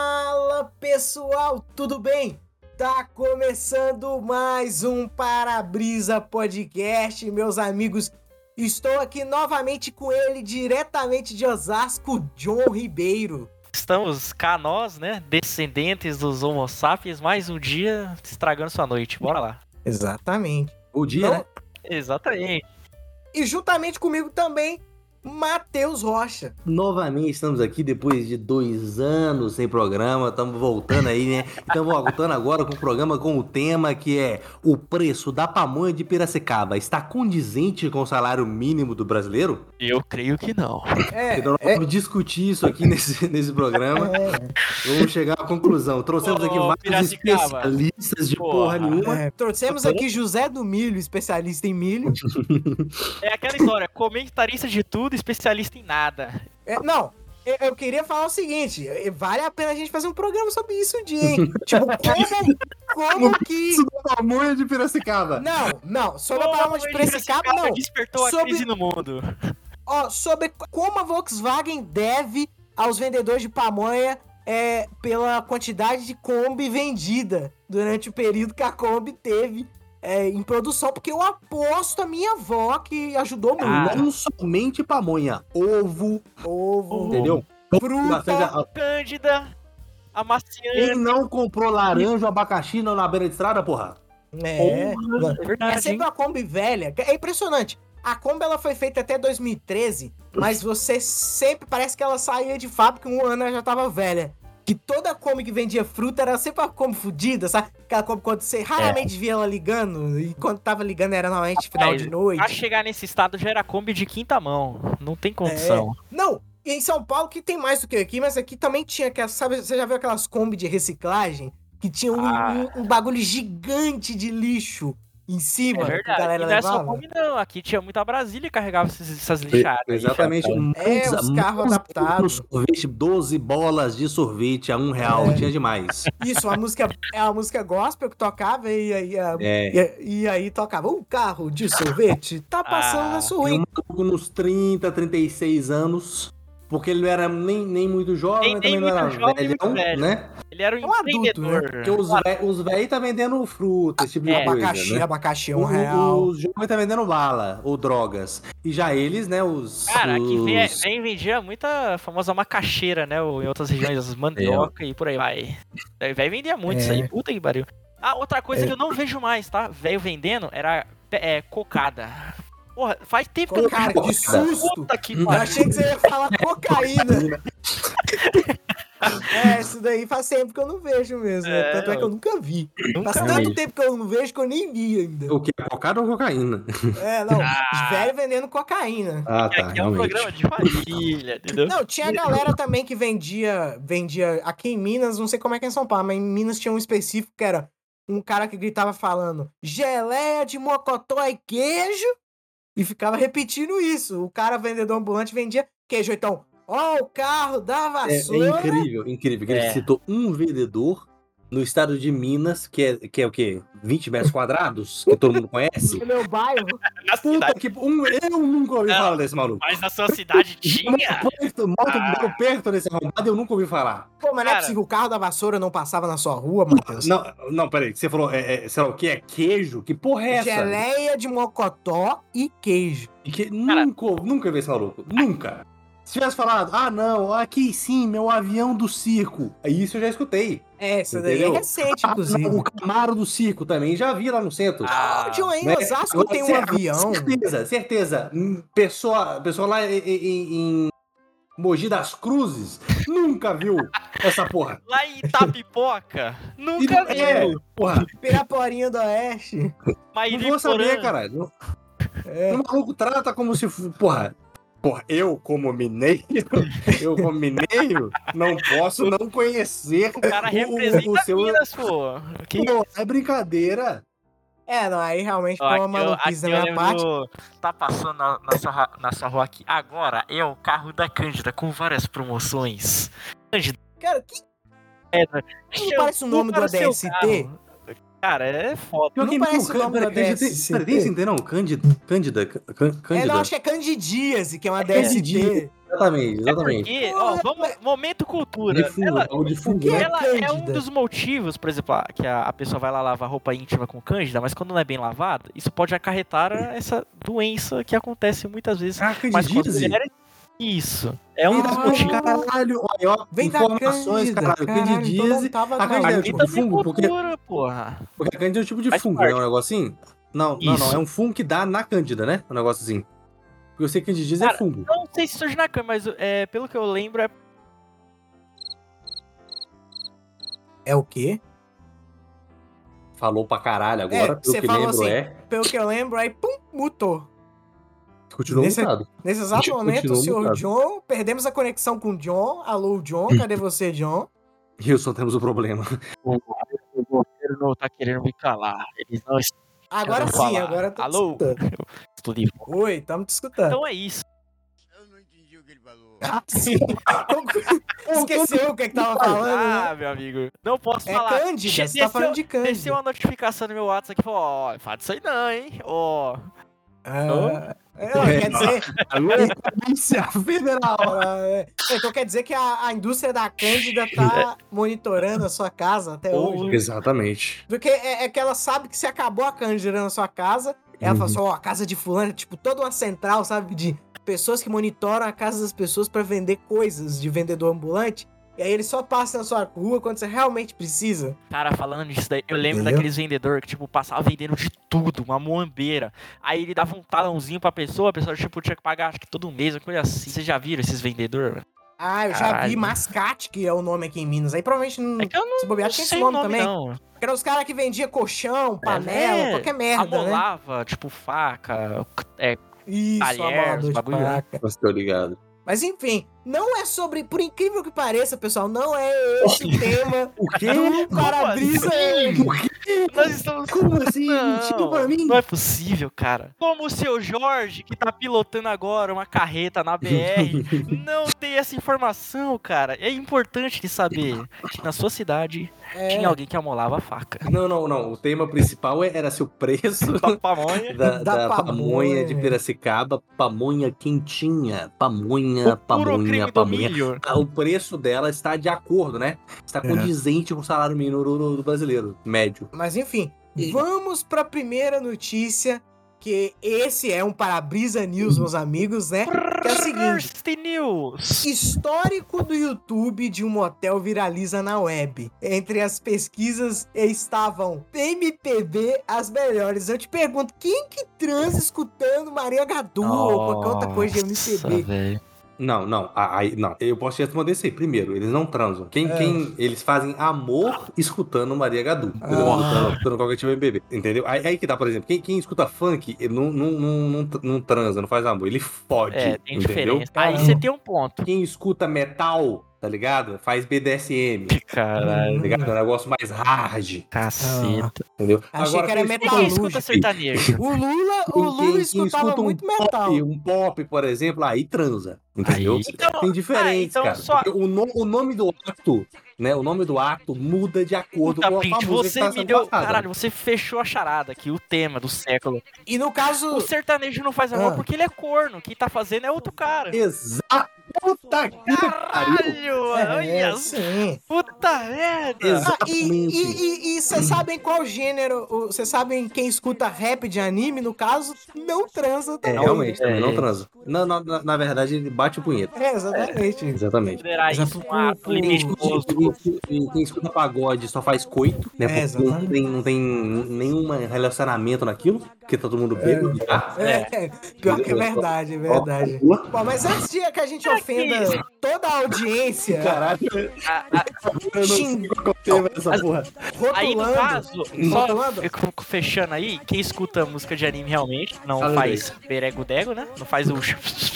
Fala pessoal, tudo bem? Tá começando mais um Parabrisa Podcast, meus amigos. Estou aqui novamente com ele, diretamente de Osasco, John Ribeiro. Estamos cá nós, né? Descendentes dos Homo sapiens, mais um dia estragando sua noite. Bora lá. Exatamente. O dia, Não- né? Exatamente. E juntamente comigo também, Matheus Rocha. Novamente estamos aqui depois de dois anos sem programa, estamos voltando aí, né? Estamos voltando agora com o programa com o tema que é o preço da pamonha de Piracicaba está condizente com o salário mínimo do brasileiro? Eu creio que não. É, Então nós é, vamos discutir isso aqui nesse, nesse programa. Vamos chegar à conclusão. Trouxemos aqui Ô, vários Piracicaba. especialistas de porra, Porra. nenhuma. é, trouxemos aqui José do Milho, especialista em milho. É aquela história, comentarista de tudo, especialista em nada. É, não, eu, eu queria falar o seguinte: é, vale a pena a gente fazer um programa sobre isso um dia, hein? tipo, como, como que. Isso da pamonha de Piracicaba. Não, não, sobre a Como palavra de ele Piracicaba, não. Despertou a Sobre- crise no mundo. Ó, sobre co- como a Volkswagen deve aos vendedores de pamonha é, pela quantidade de Kombi vendida durante o período que a Kombi teve é, em produção, porque eu aposto a minha avó que ajudou muito. né? Ah. Não somente pamonha, ovo, Ovo, entendeu? Ou fruta. seja, Cândida, amaciante. Quem não comprou laranja ou abacaxi na na beira de estrada, porra? É. É É verdade, hein? sempre uma Kombi velha. É impressionante. A Kombi ela foi feita até 2013, mas você sempre parece que ela saía de fábrica um ano ela já tava velha. Que toda Kombi que vendia fruta era sempre uma Kombi fodida, sabe? Aquela Kombi quando você É. raramente via ela ligando, e quando tava ligando era normalmente final de Mas noite. Pra chegar nesse estado já era Kombi de quinta mão. Não tem condição. Não, e em São Paulo que tem mais do que aqui, mas aqui também tinha aquelas, sabe, você já viu aquelas Kombi de reciclagem? Que tinha um, Ah. um- um bagulho gigante de lixo em cima, É que a verdade. galera né? E não é só levava. Kombi, não. Aqui tinha muita Brasília que carregava esses- essas lixadas. aí, Exatamente. cara. É, os carros adaptados. No sorvete, 12 bolas de sorvete a um real. É. Tinha demais. Isso, a música é a música gospel que tocava e aí a- É. e, e aí tocava um carro de sorvete tá passando Ah, na sua E um rua. maluco nos 30, 36 anos. Porque ele não era nem, nem muito jovem, Nem- nem também não muito era jovem, nem velhão, muito velho. né? Ele era um, É um adulto, empreendedor. Porque os ve- os velhos tá vendendo fruta, esse tipo de É. coisa, Abacaxi, né? abacaxi é um O- real. Os jovens tá vendendo bala ou drogas. E já eles, né, os... Cara, aqui vem, é, os- vem vendia muita famosa macaxeira, né? Ou em outras regiões, as mandioca e por aí vai. Daí Véi vendia muito isso É. aí, puta que pariu. Ah, outra coisa que eu não vejo mais, tá? Velho vendendo era pe- é, cocada. Porra, faz tempo que eu Cara, Cocada. que susto! Puta que Hum. Eu pariu. achei que você ia falar cocaína. É, isso daí faz tempo que eu não vejo mesmo. né? É, Tanto é que eu nunca vi. Nunca Faz vi. tanto tempo que eu não vejo que eu nem vi ainda. O que? é Cocada ou cocaína? É, não. Ah. Velho vendendo cocaína. Ah, Aqui é um programa de família, entendeu? Não, tinha a galera também que vendia, vendia aqui em Minas, não sei como é que é em São Paulo, mas em Minas tinha um específico que era um cara que gritava falando geleia de mocotó e queijo e ficava repetindo isso. O cara vendedor ambulante vendia queijo, então, ó o carro da É, é vassoura. incrível, incrível. Que É. Ele citou um vendedor no estado de Minas, que é, que é o quê? 20 metros quadrados, que todo mundo conhece. no meu bairro. Na Puta cidade, que. Um, eu nunca ouvi Não. falar desse maluco. é mas na sua cidade tinha? Mal que Ah. deram perto desse arrombado, eu nunca ouvi falar. Pô, mas não é Cara. possível, o carro da vassoura não passava na sua rua, Matheus. Não, não, peraí, você falou, é, é, sei lá o que, é queijo? Que porra é essa? Geleia de mocotó e queijo. E Que, nunca, ouvi- nunca vi esse maluco, nunca. Se tivesse falado, ah não, aqui sim, meu avião do circo. Isso eu já escutei. É, isso daí é Entendeu? recente, Ah, não, inclusive. o Camaro do circo também, já vi lá no centro. Ah, Onde eu em né? Osasco tem um Cer- avião. Certeza, certeza. Hum, Pessoa, pessoa lá em, em- em Mogi das Cruzes nunca viu essa porra. Lá em Itapipoca? E Nunca não- é, viu. porra, Piraporinha do Oeste. Mas não vou saber, Iriporã- caralho. É. O maluco trata como se. fu- Porra. Porra, eu como mineiro, eu como mineiro, não posso não conhecer O cara representa Minas, pô. Que Pô, é brincadeira. É, não, aí realmente Ó, foi uma eu- maluquice da eu minha parte. lembro- Tá passando na, na, sua, ra- na sua rua aqui. Agora é o carro da Cândida com várias promoções. Cara, que É, né? não parece o nome do para seu ADST? carro. Cara, é foda. Não Pior que parece o É. o Cân- nome pera- da pera- DST. pera- tem esse inteiro, não? Cândida. Cândida. Cân- É, Cândida. não, acho que é Candidíase, que é uma Candidíase. DST. Exatamente, exatamente. É Porque, Porra, ó, vamos, momento cultura. De fundo, Ela, algo de fundo, que né? ela é um Cândida. dos motivos, por exemplo, a- que a, a pessoa vai lá lavar roupa íntima com cândida, mas quando não é bem lavada, isso pode acarretar a- essa doença que acontece muitas vezes. Ah, Mas quando candidíase. mulher, isso. É um dos Ah, motivos. Caralho, olha, ó, Vem da informações, Candida. caralho. Candidíase Candidíase. Tava a não. Candidíase- Aqui tipo, também fungo, é porque- cultura, porra. Porque a cândida é um tipo de Faz fungo, parte. né? Um negócio assim? Não, não, não. Isso. É um fungo que dá na cândida, né? Um negócio assim. Porque eu sei que candidíase é Cara, fungo. Não sei se surge na cama, mas é, pelo que eu lembro, é É o quê? Falou pra caralho agora, É, pelo você que falou lembro assim. é. Pelo que eu lembro, aí pum, mutou. Continua Nesse- mutado. Nesse exato Continua momento, o senhor mutado. John, perdemos a conexão com o John. Alô, John, cadê você, John? Wilson, temos um problema. O governo não tá querendo me calar. Eles não estão Agora sim, falar. agora eu tô te Alô? escutando. livres. Oi, estamos te escutando. Então é isso. Eu não entendi o que ele falou. Ah, sim. Esqueceu o que, que tava falando, né? Ah, meu amigo. Não posso É falar. Cândida, você Desceu- tá falando de Desceu Cândida. uma notificação no meu WhatsApp que falou, ó, fala disso aí não, hein? Ó, Ah, é, ó, quer dizer, Alô, é Polícia Federal! ah, é. então quer dizer que a, a indústria da Cândida tá É. monitorando a sua casa até É hoje. Exatamente. Porque é, é que ela sabe que se acabou a Cândida na sua casa, ela fala Uhum. só, ó, a casa de fulano, tipo, toda uma central, sabe, de pessoas que monitoram a casa das pessoas pra vender coisas de vendedor ambulante. E aí ele só passa na sua rua quando você realmente precisa. cara, falando disso daí, eu lembro Entendeu? daqueles vendedores que, tipo, passava vendendo de tudo, uma moambeira. Aí ele dava um talãozinho pra pessoa, a pessoa, tipo, tinha que pagar, acho que todo mês, uma coisa assim. Vocês já viram esses vendedores? Ah, eu já Caralho. vi Mascate, que é o nome aqui em Minas. Aí provavelmente não, É que eu não, se bobear, não Hum, tinha esse sei o nome, nome, também. não. Que eram os caras que vendiam colchão, panela, é. qualquer merda, né? Amolava, tipo, faca, é, Isso, Talher, amolador os de bagulho, né? placa. Mas tô ligado. Mas enfim, não é sobre, por incrível que pareça, pessoal, não é esse o tema O quê? do para-brisa. assim? nós estamos Como assim? Mentiu pra Não, mim? não é possível, cara. Como o seu Jorge, que tá pilotando agora uma carreta na BR, não tem essa informação, cara. É importante de saber que na sua cidade É. tinha alguém que amolava a faca. Não, não, não. O tema principal é- era se o preço Pa- Pamonha. Da da, da pamonha, pamonha. de Piracicaba, pamonha quentinha, pamonha, O puro crime pamonha, do pamonha. milho. Ah, O preço dela está de acordo, né? Está condizente com o salário mínimo do, do brasileiro, médio. Mas enfim, vamos pra primeira notícia, que esse é um para-brisa news, meus amigos, né? Que é o seguinte, First News. Histórico do YouTube de um motel viraliza na web. Entre as pesquisas estavam MPB as melhores. Eu te pergunto, quem que transa escutando Maria Gadu ou qualquer outra coisa de Nossa, MPB? velho. Não, não, a- aí não. Eu posso te responder isso aí. Primeiro, eles não transam. Quem, É. quem eles fazem amor escutando Maria Gadu. Entendeu? Ah. Escutando, escutando qualquer tipo de bebê. Entendeu? Aí, aí que tá, por exemplo, quem, quem escuta funk ele não, não, não, não, não transa, não faz amor. Ele fode. É, tem entendeu? diferença. Ah. Aí você tem um ponto. Quem escuta metal, tá ligado? Faz BDSM. Caralho. Tá ligado? É um negócio mais hard. Ah. Caceta. Entendeu? Uhum. Achei que era quem E Quem escuta Metalúrgico. sertanejo? O Lula, o Quem- Lula quem escutava escuta um muito pop, metal. Um pop, por exemplo, aí transa. Entendeu? Aí- Então- Tem diferença, ah, então cara. só- Porque O, no- o nome do ato, né? O nome do ato muda de acordo Puta, com a, Print, música que você tá me sendo deu. passada. Caralho, você fechou a charada aqui, o tema do século. E no caso, O sertanejo não faz amor Ah. porque ele é corno. Quem tá fazendo é outro cara. Exato. Puta que pariu. Caralho! É, olha, sim. puta merda! Exato. Ah, e- Exatamente. e vocês sabem qual gênero, vocês sabem quem escuta rap de anime, no caso, não transa É, também. realmente, também É. não transa. Na, na, na- na verdade, ele bate o punheta. É, exatamente. Exatamente. Considerar Exato, isso um ato pro- Quem Limite escuta, limitoso. quem- quem escuta pagode só faz coito, né? É, Porque não tem, não tem nenhum relacionamento naquilo, porque tá todo mundo bêbado. tá? É, pior que é verdade, é verdade. Bom, mas antes de que a gente ofenda toda a audiência, Caralho, eu Ah, ah, não Xing- sei qual tema é essa porra. Aí no rotulando, caso, rotulando, só fechando aí, quem escuta música de anime realmente não Fala faz perego-dego, né? Não faz o.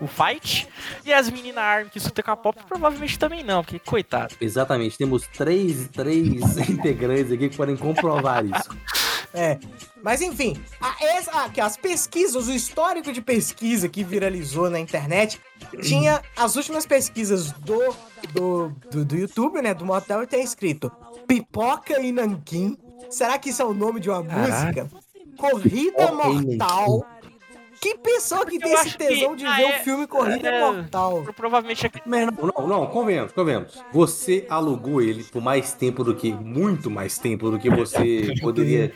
O fight. E as meninas arm que escuta K-pop provavelmente também não, porque coitado. Exatamente, temos três, três integrantes aqui que podem comprovar isso. é. Mas enfim, a- essa- ah, que as pesquisas, o histórico de pesquisa que viralizou na internet, tinha as últimas pesquisas do, do, do, do YouTube, né, do motel, e tem escrito pipoca e nanquim Será que isso é o nome de uma Caraca. música? Corrida Ok, Mortal. Que pessoa que Porque tem eu esse acho que- tesão de ah, ver é- o filme Corrida é- Mortal? Provavelmente é aqui. Mas não, não, não, convenhamos, convenhamos. Você alugou ele por mais tempo do que, muito mais tempo do que você poderia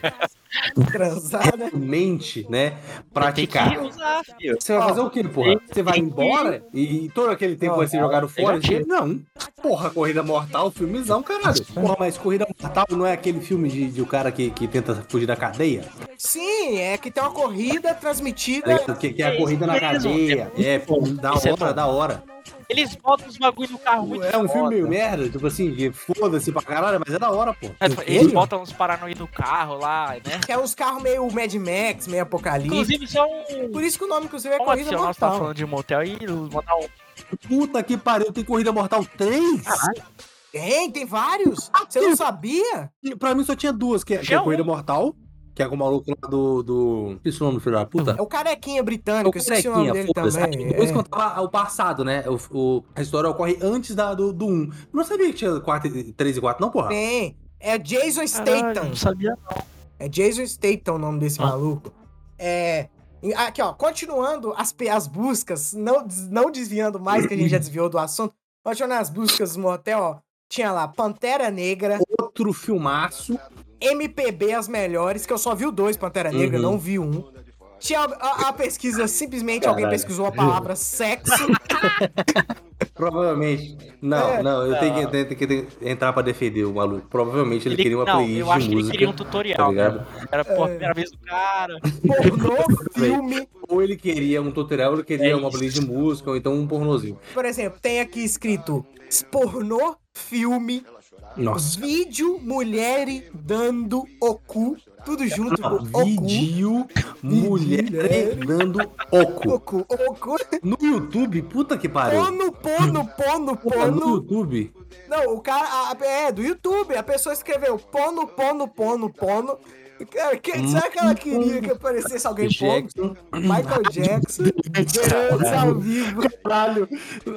Transar, né? mente, né, Tem que praticar. usar, filho. Você vai fazer o quê, porra? Você vai embora e, e todo aquele tempo vai ser jogado é fora? Dinheiro? Não. Porra, Corrida Mortal, filmezão, caralho. Porra, mas Corrida Mortal não é aquele filme de, de um cara que, que tenta fugir da cadeia? Sim, é que tem uma corrida Tá transmitida. ligado? Que, que é a É corrida na isso mesmo. cadeia. É, pô, da Isso é hora, bom. da hora. Eles botam os bagulho no carro muito É um filme foda. meio merda, tipo assim, que foda-se pra caralho, mas é da hora, pô. É, tipo, Eles botam uns paranoia no carro lá, né? Que é uns carros meio Mad Max, meio apocalipse. Inclusive, só um. Por isso que o nome, inclusive, é Como Corrida assim, nós tá Mortal. falando de motel e mandar um. Puta que pariu, tem Corrida Mortal 3? Tem, tem vários. Ah, Você não sabia? Pra mim só tinha duas, que é, que é Tinha um. Corrida Mortal, que é com o maluco lá do... do... Esqueci o nome do filho da puta. É o carequinha britânico, eu esqueci o nome dele foda-se. também. Aí Depois é. contava o passado, né? O, o- a história ocorre antes da, do 1. Do um. Não sabia que tinha 3 e 4, não, porra. Tem. É Jason Caralho, Statham. não sabia. É Jason Statham o nome desse Ah. maluco. É. e Aqui, ó, continuando as, pe- as buscas, não, des- não desviando mais, que a gente já desviou do assunto. Continuando as buscas no hotel, ó. Tinha lá Pantera Negra, Outro filmaço. MPB as melhores, que eu só vi o dois Pantera Negra, Uhum. não vi um. Tinha a, a- a pesquisa, simplesmente alguém Caralho. pesquisou a palavra sexo. Provavelmente. Não, É. não, eu tenho que, tenho que- tenho que entrar pra defender o maluco. Provavelmente ele, queria uma não, playlist eu acho de que ele música. queria um tá tutorial. ligado? né? Era É. pô, a primeira vez do cara. Pornô, filme. Ou ele queria um tutorial, ou ele queria É uma isso. playlist de música, ou então um pornozinho. Por exemplo, tem aqui escrito pornô, filme, Nossa. vídeo, mulher dando o cu, tudo junto. Não, o cu. Ah, vídeo mulher dando O oco. cu, o cu, No YouTube, puta que pariu. pono, pono, pono, Porra, no pono. YouTube. Não, o cara, a- é, do YouTube, a pessoa escreveu pono, pono, pono, pono. Cara, que- será que ela queria que aparecesse alguém pono? Hum, Jackson. Michael Jackson, Verônica ao vivo. Caralho.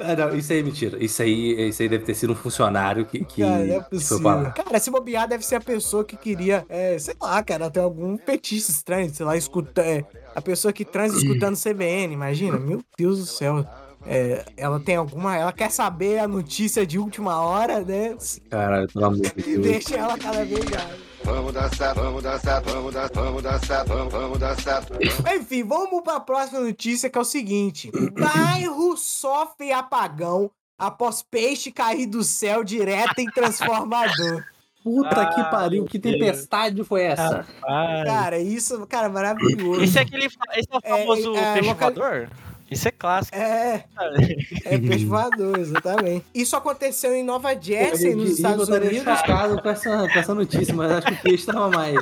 Ah, não, isso aí é mentira. Isso aí, isso aí deve ter sido um funcionário que, que, Cara, não é que foi possível. pra lá. Cara, se bobear, deve ser a pessoa que queria, é, sei lá, cara, tem algum fetiche estranho, sei lá, escuta, é, a pessoa que transa escutando CBN, imagina, meu Deus do céu. É, ela tem alguma. Ela quer saber a notícia de última hora, né? Caralho, pelo amor de E Deus. deixa ela cada vez mais. Vamos dançar, vamos dançar, vamos dançar, vamos dançar, vamos, vamos dançar. Mas, Enfim, vamos para a próxima notícia que é o seguinte: bairro sofre apagão após peixe cair do céu direto em transformador. Puta Ah, que pariu, que Deus. tempestade foi essa? Cara, isso, cara, maravilhoso. Esse é aquele. fa- Esse é o É, famoso é, peixe local- voador? Isso é clássico. É, cara. é Uhum. peixe voador, exatamente. Isso aconteceu em Nova Jersey, nos Estados tá Unidos. chocado com essa, com essa notícia, mas acho que o peixe tava mais.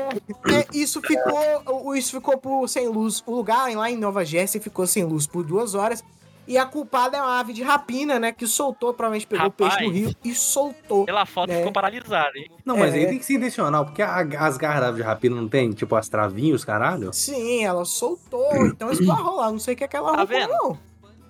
É, isso ficou, o- isso ficou por, sem luz. O lugar lá em Nova Jersey ficou sem luz por duas horas. E a culpada é uma ave de rapina, né? Que soltou, provavelmente pegou o peixe no Rapaz. rio e soltou. Pela foto É. ficou paralisado, hein? Não, mas É. aí tem que ser intencional, porque a- as garras da ave de rapina não tem, tipo, as travinhas, caralho? Sim, ela soltou, então esbarrou lá. Não sei o que é que ela Tá roubou, vendo? não.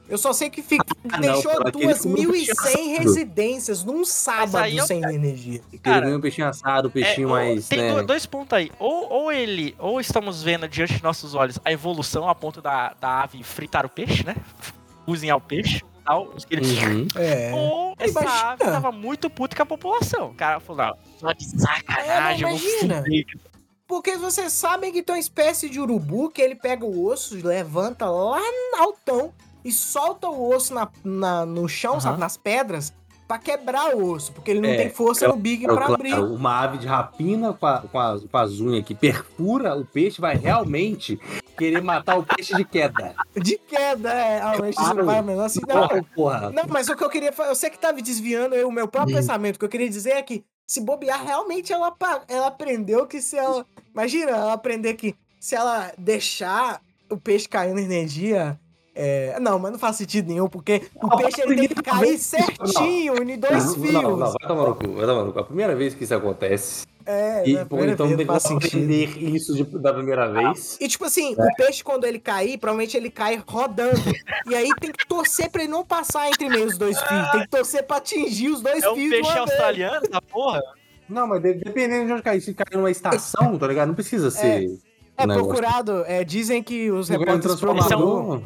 Eu só sei que fica, Ah, não, deixou cara, aquele foi 2.100 muito residências num sábado aí eu- sem energia. Ele Cara, ganhou um peixinho assado, um é, peixinho ou- mais. tem né? do- dois pontos aí. Ou, ou ele, ou estamos vendo diante de nossos olhos a evolução a ponto da, da ave fritar o peixe, né? Cozinhar o peixe e tal. os que ele- Uhum. É. Ou É. essa Imagina. ave tava muito puta com a população. O cara falou, não, só de sacanagem, É, eu não, vou imagina. fuder. Porque vocês sabem que tem uma espécie de urubu que ele pega o osso, levanta lá no altão e solta o osso na, na- no chão, Aham. sabe, nas pedras, pra quebrar o osso, porque ele não É, tem força no Big pra Claro, abrir. uma ave de rapina com, a- com as, com as unhas que perfura o peixe vai realmente querer matar o peixe de queda. De queda, é, realmente isso não Claro. vai mas assim, não. Porra, porra. Não, mas o que eu queria falar, eu sei que tá me desviando aí o meu Hum. próprio pensamento, o que eu queria dizer é que se bobear, realmente ela, pa- ela aprendeu que se ela. Imagina, ela aprender que se ela deixar o peixe cair na energia. é, Não, mas não faz sentido nenhum, porque o Não, peixe ele tem que cair certinho, em dois Não, não, não, fios. vai tomar no cu, vai tomar no cu. A primeira vez que isso acontece. É, E, na bom, primeira então vez deixa eu aprender É. isso de- da primeira vez. E tipo assim, o peixe quando ele cair, provavelmente ele cai rodando. e aí tem que torcer pra ele não passar entre meio os dois fios. Tem que torcer pra atingir os dois É um fios. de peixe uma vez. australiano, essa porra? Não, mas de- dependendo de onde cair, se cair numa estação, tá ligado? Não precisa ser. É um negócio. procurado, é, dizem que os Um grande repórteres procuraram, transformador.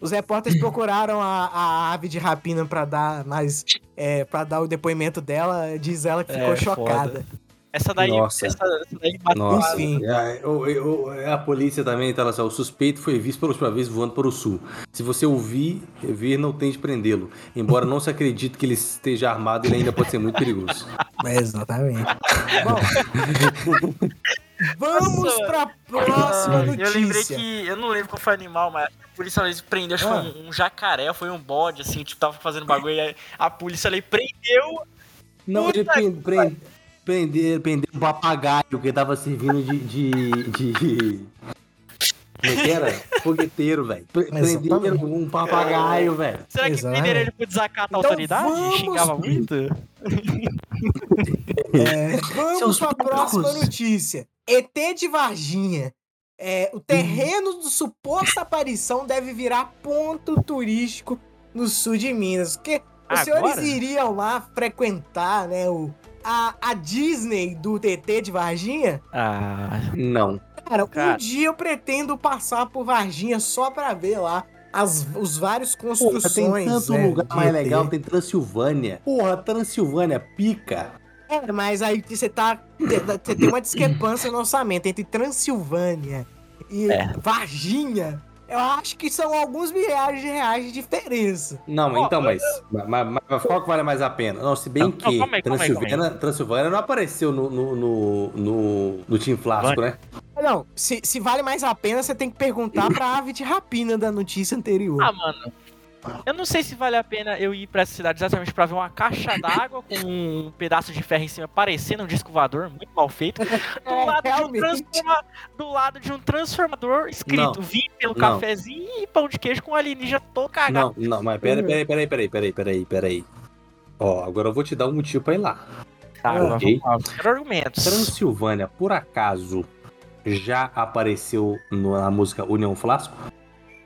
os repórteres procuraram a, a ave de rapina pra dar mais é, para dar o depoimento dela, diz ela que ficou É, chocada. Essa daí, Nossa. essa, essa daí bateu. Nossa, Enfim. é, o- o- a, polícia também tá lá, só, o suspeito foi visto pela última vez voando para o sul. Se você ouvir, vir, não tente prendê-lo. Embora não se acredite que ele esteja armado, ele ainda pode ser muito perigoso. É, exatamente. Bom, vamos Nossa, pra Ah, próxima Eu lembrei notícia. que. Eu não lembro qual foi o animal, mas a polícia eles prendeu, acho que Ah. foi um, um jacaré, foi um bode, assim, tipo, tava fazendo bagulho. E aí a polícia ali prendeu. Não, Puta ele prende, prende, prender, prender um papagaio que tava servindo de. de, de... Como é que era? Fogueteiro, velho. Pre- Exatamente. Prenderam um papagaio, velho. Será que Exato. prenderam ele por desacato à Então autoridade? vamos- Xingava muito? É, vamos Seus pra próxima porcos. notícia. ET de Varginha. É, o terreno do suposta aparição deve virar ponto turístico no sul de Minas. Porque os Agora? senhores iriam lá frequentar, né, o, a, a Disney do TT de Varginha? Ah. Não. Cara, um Cara. dia eu pretendo passar por Varginha só pra ver lá as, os vários Porra, construções. tem tanto né, lugar de mais ET. legal, tem Transilvânia. Porra, Transilvânia pica. É, mas aí você tá. Você tem uma discrepância no orçamento entre Transilvânia e É. Varginha. Eu acho que são alguns milhares de reais de diferença. Não, Ó, então, mas, mas, mas- mas qual que vale mais a pena? Não, se bem Não, que calma aí, calma aí, Transilvânia, Transilvânia não apareceu no, no, no, no, no Team Flasco, né? Não, se, se vale mais a pena, você tem que perguntar pra ave de rapina da notícia anterior. Ah, mano. Eu não sei se vale a pena eu ir pra essa cidade exatamente pra ver uma caixa d'água com um pedaço de ferro em cima parecendo um disco voador, muito mal feito. Do É, lado, de, um realmente. transforma- do lado de um transformador escrito Não. vim pelo Não. cafezinho e pão de queijo com alienígena todo cagado. Não, não, mas peraí, peraí, peraí, peraí, peraí, peraí, peraí. Ó, agora eu vou te dar um motivo pra ir lá. Tá, agora Ok. vamos lá. eu Quero argumentos. Transilvânia, por acaso, já apareceu no- na música União Flasco?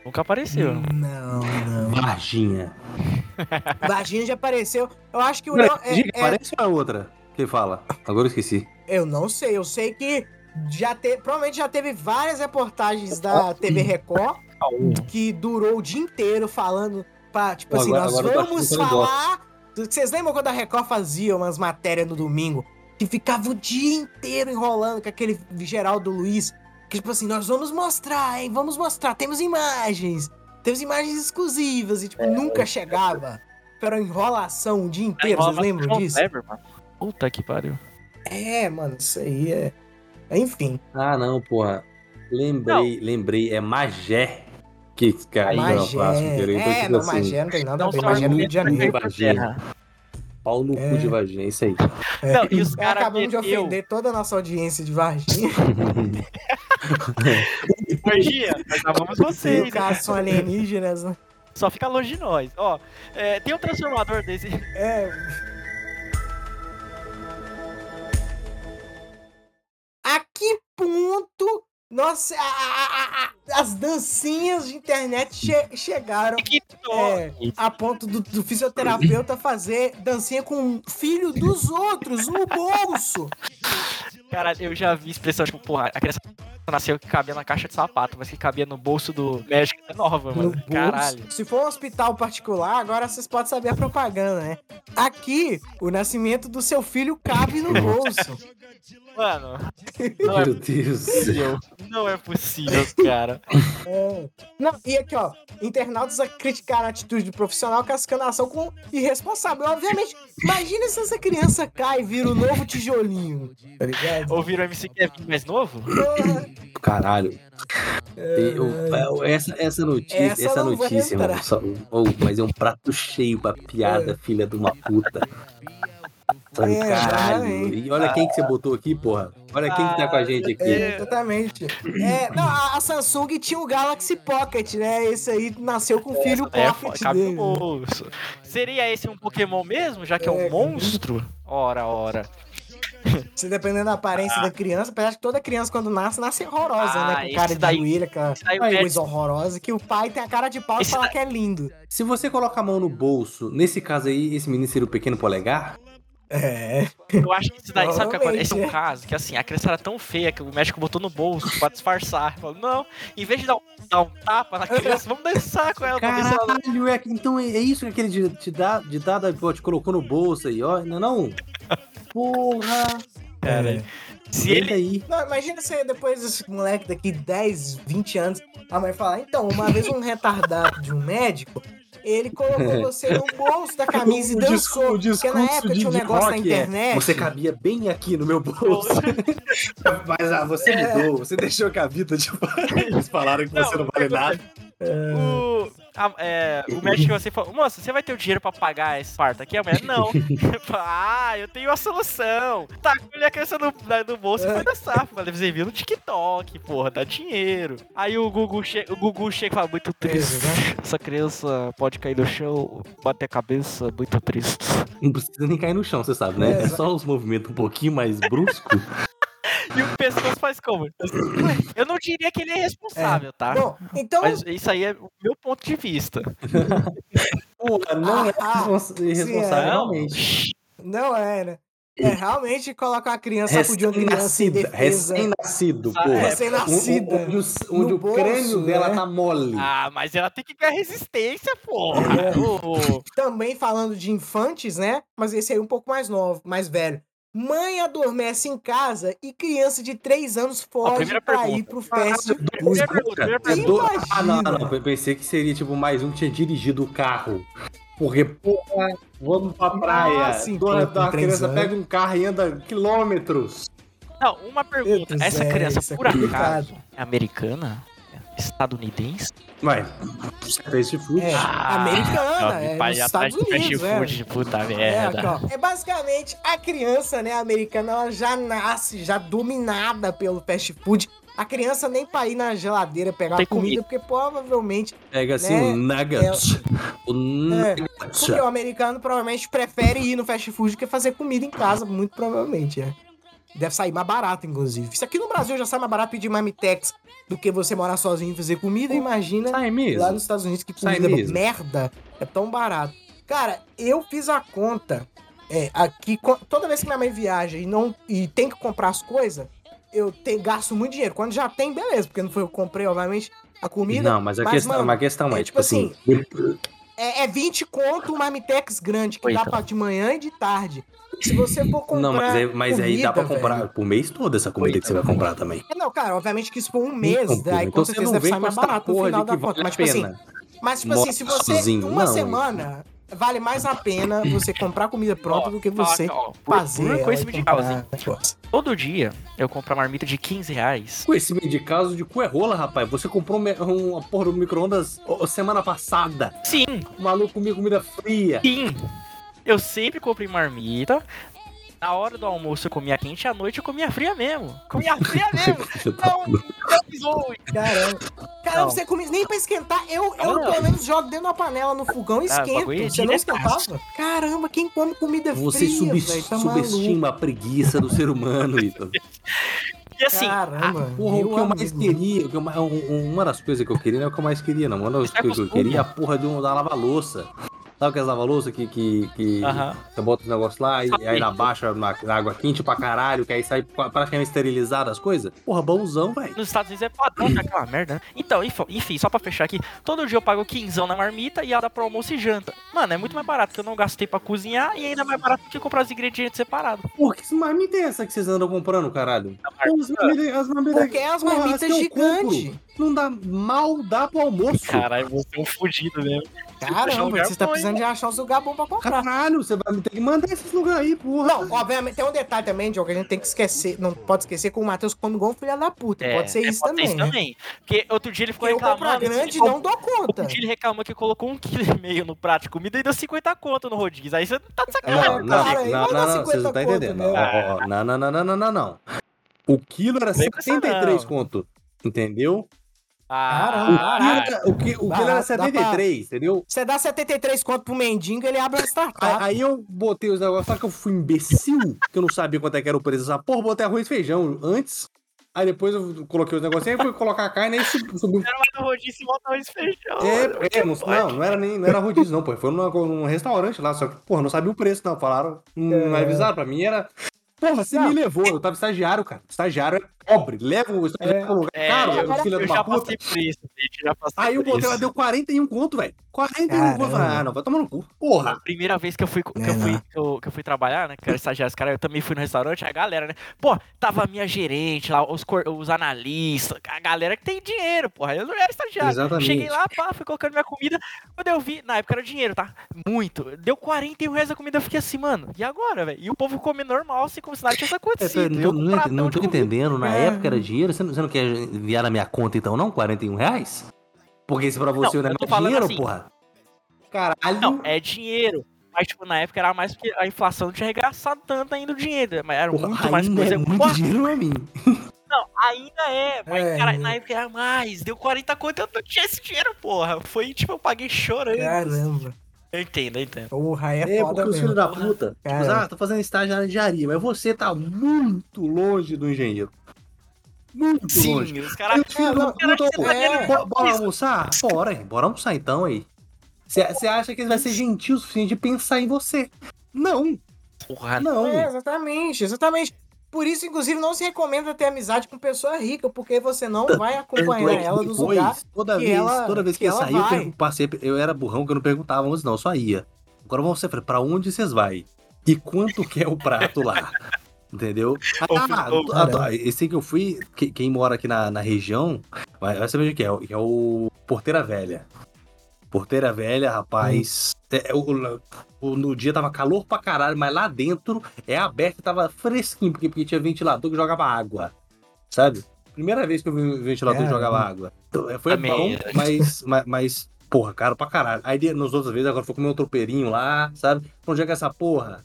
Nunca apareceu. Não, não. Varginha. Varginha já apareceu. Eu acho que o. Não, Leão- é- Varginha, é- Parece uma outra que ele fala. Agora eu esqueci. eu não sei, eu sei que já te, provavelmente já teve várias reportagens da TV Record que durou o dia inteiro falando pra, tipo Não, assim, agora- nós agora eu tô vamos achando que eu não falar. Vocês lembram quando a Record fazia umas matérias no domingo? Que ficava o dia inteiro enrolando com aquele Geraldo Luiz. Que tipo assim, nós vamos mostrar, hein? Vamos mostrar, temos imagens. Temos imagens exclusivas e tipo, É, nunca chegava. Era uma enrolação o dia inteiro, vocês lembram né? disso? Puta que pariu. É, mano, isso aí é. Enfim, Ah, não, porra. Lembrei, lembrei. É Magé que caiu na Magé. Flasco. entendeu? Então, É, tipo não, assim, Magé não tem nada a Não ver. são Magé é no Rio argumentos de pra cair Janeiro. Vai por Varginha. terra. Pau no cu É. de Varginha, é isso aí. Não, e os caras Acabamos de ofender toda a nossa audiência de Varginha. Energia, nós amamos No vocês. né? caso, são alienígenas, né? Só fica longe de nós. Ó, é, tem um transformador desse. É. A que ponto nossa, a- a- a- a- as dancinhas de internet che- chegaram TikTok. é, a ponto do, do fisioterapeuta fazer dancinha com o filho dos outros no bolso? Cara, eu já vi expressão, tipo, porra, a criança nasceu que cabia na caixa de sapato, mas que cabia no bolso do médico é nova, No mano. bolso. Caralho. Se for um hospital particular, agora vocês podem saber a propaganda, né? Aqui, o nascimento do seu filho cabe no bolso. Mano, não é Meu Deus. possível. Não é possível, cara. É. Não, e aqui, ó, internautas a criticar a atitude do profissional cascando a ação com irresponsável. Obviamente, imagina se essa criança cai e vira o novo tijolinho. Tá ligado? Ouviram o MC Kevin é mais novo? Porra, Caralho. Eu- eu- é essa, essa notícia, Essa essa, não vai notícia, entrar. mano, só- oh, mas é um prato cheio pra piada, filha de uma puta. Sabe, É, caralho. exatamente. E olha quem que você botou aqui, porra. Olha quem que tá com a gente aqui. é, exatamente. É, não, a, a Samsung tinha o Galaxy Pocket, né? Esse aí nasceu com o filho É, Pocket cabe no dele. bolso. Seria esse um Pokémon mesmo, já que é um É. monstro? Ora, ora. Se dependendo da aparência da criança, apesar de que toda criança quando nasce, nasce horrorosa, Ah, né? Com esse cara de daí- joelho, aquela Esse daí o coisa horrorosa, que o pai tem a cara de pau e Esse fala que é lindo. Se você coloca a mão no bolso, nesse caso aí, esse menino seria o pequeno polegar? É. Eu acho que isso daí, sabe o que acontece? Esse é um Provavelmente, caso que assim, a criança era tão feia que o médico botou no bolso pra disfarçar. Falou, não, em vez de dar um, dar um tapa na criança, vamos dançar com ela pra ver se ela. Caralho, é, então é é isso que aquele di- te dá, ditado pô, te colocou no bolso aí, ó, não é não? Porra! É, Cara, Se Vem ele daí. Não, imagina você depois desse moleque daqui 10, 20 anos, a mãe falar, então, uma vez um retardado de um médico, ele colocou você no bolso da camisa e O discu- dançou. o Porque na discurso época de- tinha um de negócio na rock é, internet. Você cabia bem aqui no meu bolso. Mas ah, você É. mudou, você deixou que a vida de Eles falaram que você não, vale nada. o, a- é, o médico chegou assim e falou: Moça, você vai ter o dinheiro pra pagar esse parto aqui? A mulher, não. Eu falei, ah, eu tenho a solução. Tá, colhei a criança no, na- no bolso e foi dançar. Falei, você viu no TikTok, porra, dá dinheiro. Aí o Gugu, che o Gugu chega e fala: Muito triste. Essa criança pode cair no chão, bater a cabeça, muito triste. Não precisa nem cair no chão, você sabe, né? É só os movimentos um pouquinho mais bruscos. E o pescoço faz como? Eu não diria que ele é responsável, tá? Bom, então, Mas isso aí é o meu ponto de vista. Porra, não é Ah, responsa- irresponsável, é. realmente. não é, né? É, realmente colocar a criança sacudir é uma criança em Recém-nascida, defesa. É, recém-nascido, Sabe? porra. Recém-nascida. Um- um- Onde, o- onde No o crânio bolso, dela né? tá mole. Ah, mas ela tem que ganhar resistência, É. porra. Ô, Também falando de infantes, né? Mas esse aí é um pouco mais novo, mais velho. Mãe adormece em casa e criança de 3 anos foge primeira pra pergunta. ir pro Ah, fest. primeira pergunta, primeira É pergunta. do- Imagina. Ah, não, não, não. Eu pensei que seria tipo mais um que tinha dirigido o carro. Porque, porra, vamos pra praia. sim, Dona com- da com três criança anos. pega um carro e anda quilômetros. Não, uma pergunta. Meu Deus, Essa é, criança, isso é por acaso, complicado. é americana? É Estadunidense? Vai, fast food. É, americana, é nos tá Estados Unidos, né? puta É, aqui, ó. É basicamente a criança, né, americana, ela já nasce, já dominada pelo fast food. A criança nem pra ir na geladeira pegar Tem comida, porque provavelmente. Pega assim Né? um nugget. O nugget. é Porque é o americano provavelmente prefere ir no fast food do que fazer comida em casa, muito provavelmente, é. Deve sair mais barato, inclusive. Isso aqui no Brasil já sai mais barato pedir marmitex do que você morar sozinho e fazer comida, imagina. Sai né? lá mesmo. nos Estados Unidos que Sai comida mesmo. merda é tão barato. Cara, eu fiz a conta é, aqui co- toda vez que minha mãe viaja e não e tem que comprar as coisas, eu te- gasto muito dinheiro. Quando já tem, beleza, porque não foi eu que comprei, obviamente, a comida. Não, mas a Mas, questão, mano, mas a questão é, é tipo tipo assim. É, é 20 conto uma Marmitex grande, que Ou dá então. pra de manhã e de tarde. Se você for comprar Não, mas, aí- mas aí dá pra comida, comprar velho. por mês todo essa comida que você vai comprar também. É, Não, cara, obviamente que isso for um mês, Então, daí então com você certeza não deve vem sair com mais essa barato no porra final de da que vale conta. a Mas, tipo assim, pena. Mas, tipo Mora assim, se você. sozinho, uma não. semana, vale mais a pena você comprar comida pronta do que você fazer. é Por ela conhecimento e de comprar causa. negócio. Todo dia eu compro uma marmita de 15 reais. Com esse meio de caso de cu é rola, rapaz. Você comprou um- uma porra do micro-ondas ó, semana passada. Sim, O maluco comia comida fria. sim. Eu sempre comprei marmita. Na hora do almoço eu comia quente, à noite eu comia fria mesmo. Comia fria mesmo. é Não, não zoe. Caramba. Caramba, Não. você come nem pra esquentar. Eu, eu Não. pelo menos, jogo dentro da panela no fogão e Ah, o esquento. bagulho é Você não diretaço. esquentava? Caramba, quem come comida Você fria, sub- velho, tá maluco. subestima a preguiça do ser humano, Ítalo. E assim, Caramba, Porra, meu o que eu mais amigo. queria, o que eu mais- um- uma das coisas que eu queria, não é o que eu mais queria, não. Uma das tá Isso é coisas que eu costume. queria é a porra de um, da lava-louça. Sabe aquelas lava-louça que, que, que Aham. você bota o negócio lá e aí na baixa, na, na água quente pra caralho, que aí sai pra- praticamente esterilizada as coisas? Porra, bonzão, velho. Nos Estados Unidos é padrão tá aquela merda, né? Então, enfim- enfim, só pra fechar aqui, todo dia eu pago quinzão na marmita e ela dá pro almoço e janta. Mano, é muito mais barato, porque eu não gastei pra cozinhar e ainda mais barato do que comprar os ingredientes separados. Uhum. Porra, que marmita é essa que vocês andam comprando, caralho? Na Porra, as marmitas. As marmitas Porque é as porra, que marmitas eu gigantes. compro, Não dá mal, dá pro almoço. Caralho, você é um fudido mesmo. achar um Caramba, lugar você tá bom, hein, precisando de achar os lugares bons pra comprar. Caralho, você vai me ter que mandar esses lugares aí, porra. Não, obviamente, tem um detalhe também, Diogo, que a gente tem que esquecer, não pode esquecer que o Matheus come igual um filho da puta. É, pode ser é, isso pode ter também, né? Porque outro dia ele ficou Eu compro a reclamando. grande e ele- não dou conta. Outro dia ele reclamou que colocou um quilo e meio no prato de comida e deu 50 conto no rodízio. Aí você tá de sacanagem. Não, É, não, cara, não, e não, vai dar não, você não 50 tá conto, entendendo. né? Ó, ó, Não, não, não, não, não, não, não. O quilo era Vem com essa 73 não. conto, entendeu? Caramba, O quilo Ah, era- O qui- o quilo era Barato, dá pra- 73, entendeu? Você dá 73 conto pro mendigo, ele abre uma Aí- startup. Aí eu botei os negócios, só que eu fui imbecil, que eu não sabia quanto é que era o preço dessa porra, botei arroz e feijão antes. Aí depois eu coloquei os negocinhos, aí fui colocar a carne, aí sub- subiu. Era mais um rodízio e voltava esse feijão. mano. É, é, não, pode. não, não era nem não era rodízio, não, pô. Foi numa- num restaurante lá, só que, porra, não sabia o preço, não. Falaram, não avisaram pra mim, era. Porra, É. você Não. me levou, eu tava estagiário, cara. Estagiário é pobre, leva o estagiário pra um lugar É, caro, agora- filho de Eu uma já puta. passei por isso, gente. Já passei Aí o por botei lá, um isso. deu 41 conto, velho. 41 conto, eu falei, Caramba. ah, não, vai tomar no cu. Porra. Primeira vez que eu fui, que É, eu fui, não. que eu, que eu fui trabalhar, né? Que eu era estagiário, os caras, eu também fui no restaurante, a galera, né? Pô, tava a minha gerente lá, os, cor- os analistas, a galera que tem dinheiro, porra. Eu não era estagiário. Exatamente. Cheguei lá, pá, fui colocando minha comida. Quando eu vi, na época era dinheiro, tá? Muito. Deu 41 reais a comida, eu fiquei assim, mano, e agora, velho? E o povo come normal, sem como se nada tivesse É, acontecido. tô- Eu não, com um não ent- pratão não de tô comida. entendendo. Na É. época era dinheiro. Você não, você não quer enviar na minha conta, então, não? 41 reais? Porque isso pra você Não, né, não, eu tô é mais falando dinheiro, assim. porra. Caralho. Não, é dinheiro. Mas, tipo, na época era mais porque a inflação não tinha arregaçado tanto ainda o dinheiro. Mas era Porra, muito mais ainda coisa. é muito Porra, dinheiro pra mim. Não, ainda é. Mas, É. cara, na época era mais. Deu 40 conto, eu não tinha esse dinheiro, porra. Foi, tipo, eu paguei chorando. É. Caramba. Eu entendo, eu entendo. Porra, é É, foda porque os mesmo. É. filhos da puta, Cara. tipo, ah, tô fazendo estágio na engenharia, mas você tá muito longe do engenheiro. Muito longe. Sim, os caras... Aí os filhos da não, puta, cara, pô, você tá vendo? bora- bora almoçar? Bora, hein, bora almoçar então aí. Você acha que ele vai ser gentil o suficiente de pensar em você? Não, Porra, não. É, exatamente, exatamente. Por isso, inclusive, não se recomenda ter amizade com pessoa rica, porque você não vai Tanto é acompanhar que ela nos depois, lugares. toda que vez, ela- toda vez que, que eu ela saía, eu, vai. pergun- passei- eu era burrão que eu não perguntava antes, não, eu só ia. Agora você fala, pra onde vocês vai? E quanto que é o prato lá? Entendeu? Ô, Ah, filho, ah, ô, ah, ah, esse que eu fui, que- quem mora aqui na, na região, vai, vai saber o que é. Que é o Porteira Velha. Porteira Velha, Hum. rapaz. É, é o- o- no dia tava calor pra caralho, mas lá dentro é aberto e tava fresquinho, porque, porque tinha ventilador que jogava água. Sabe? Primeira vez que eu vi um ventilador que Caramba. jogava água. Então, é, foi Amei. bom, mas, ma- mas, porra, caro pra caralho. Aí de- nas outras vezes, agora foi comer um tropeirinho lá, sabe? Onde é que é essa porra?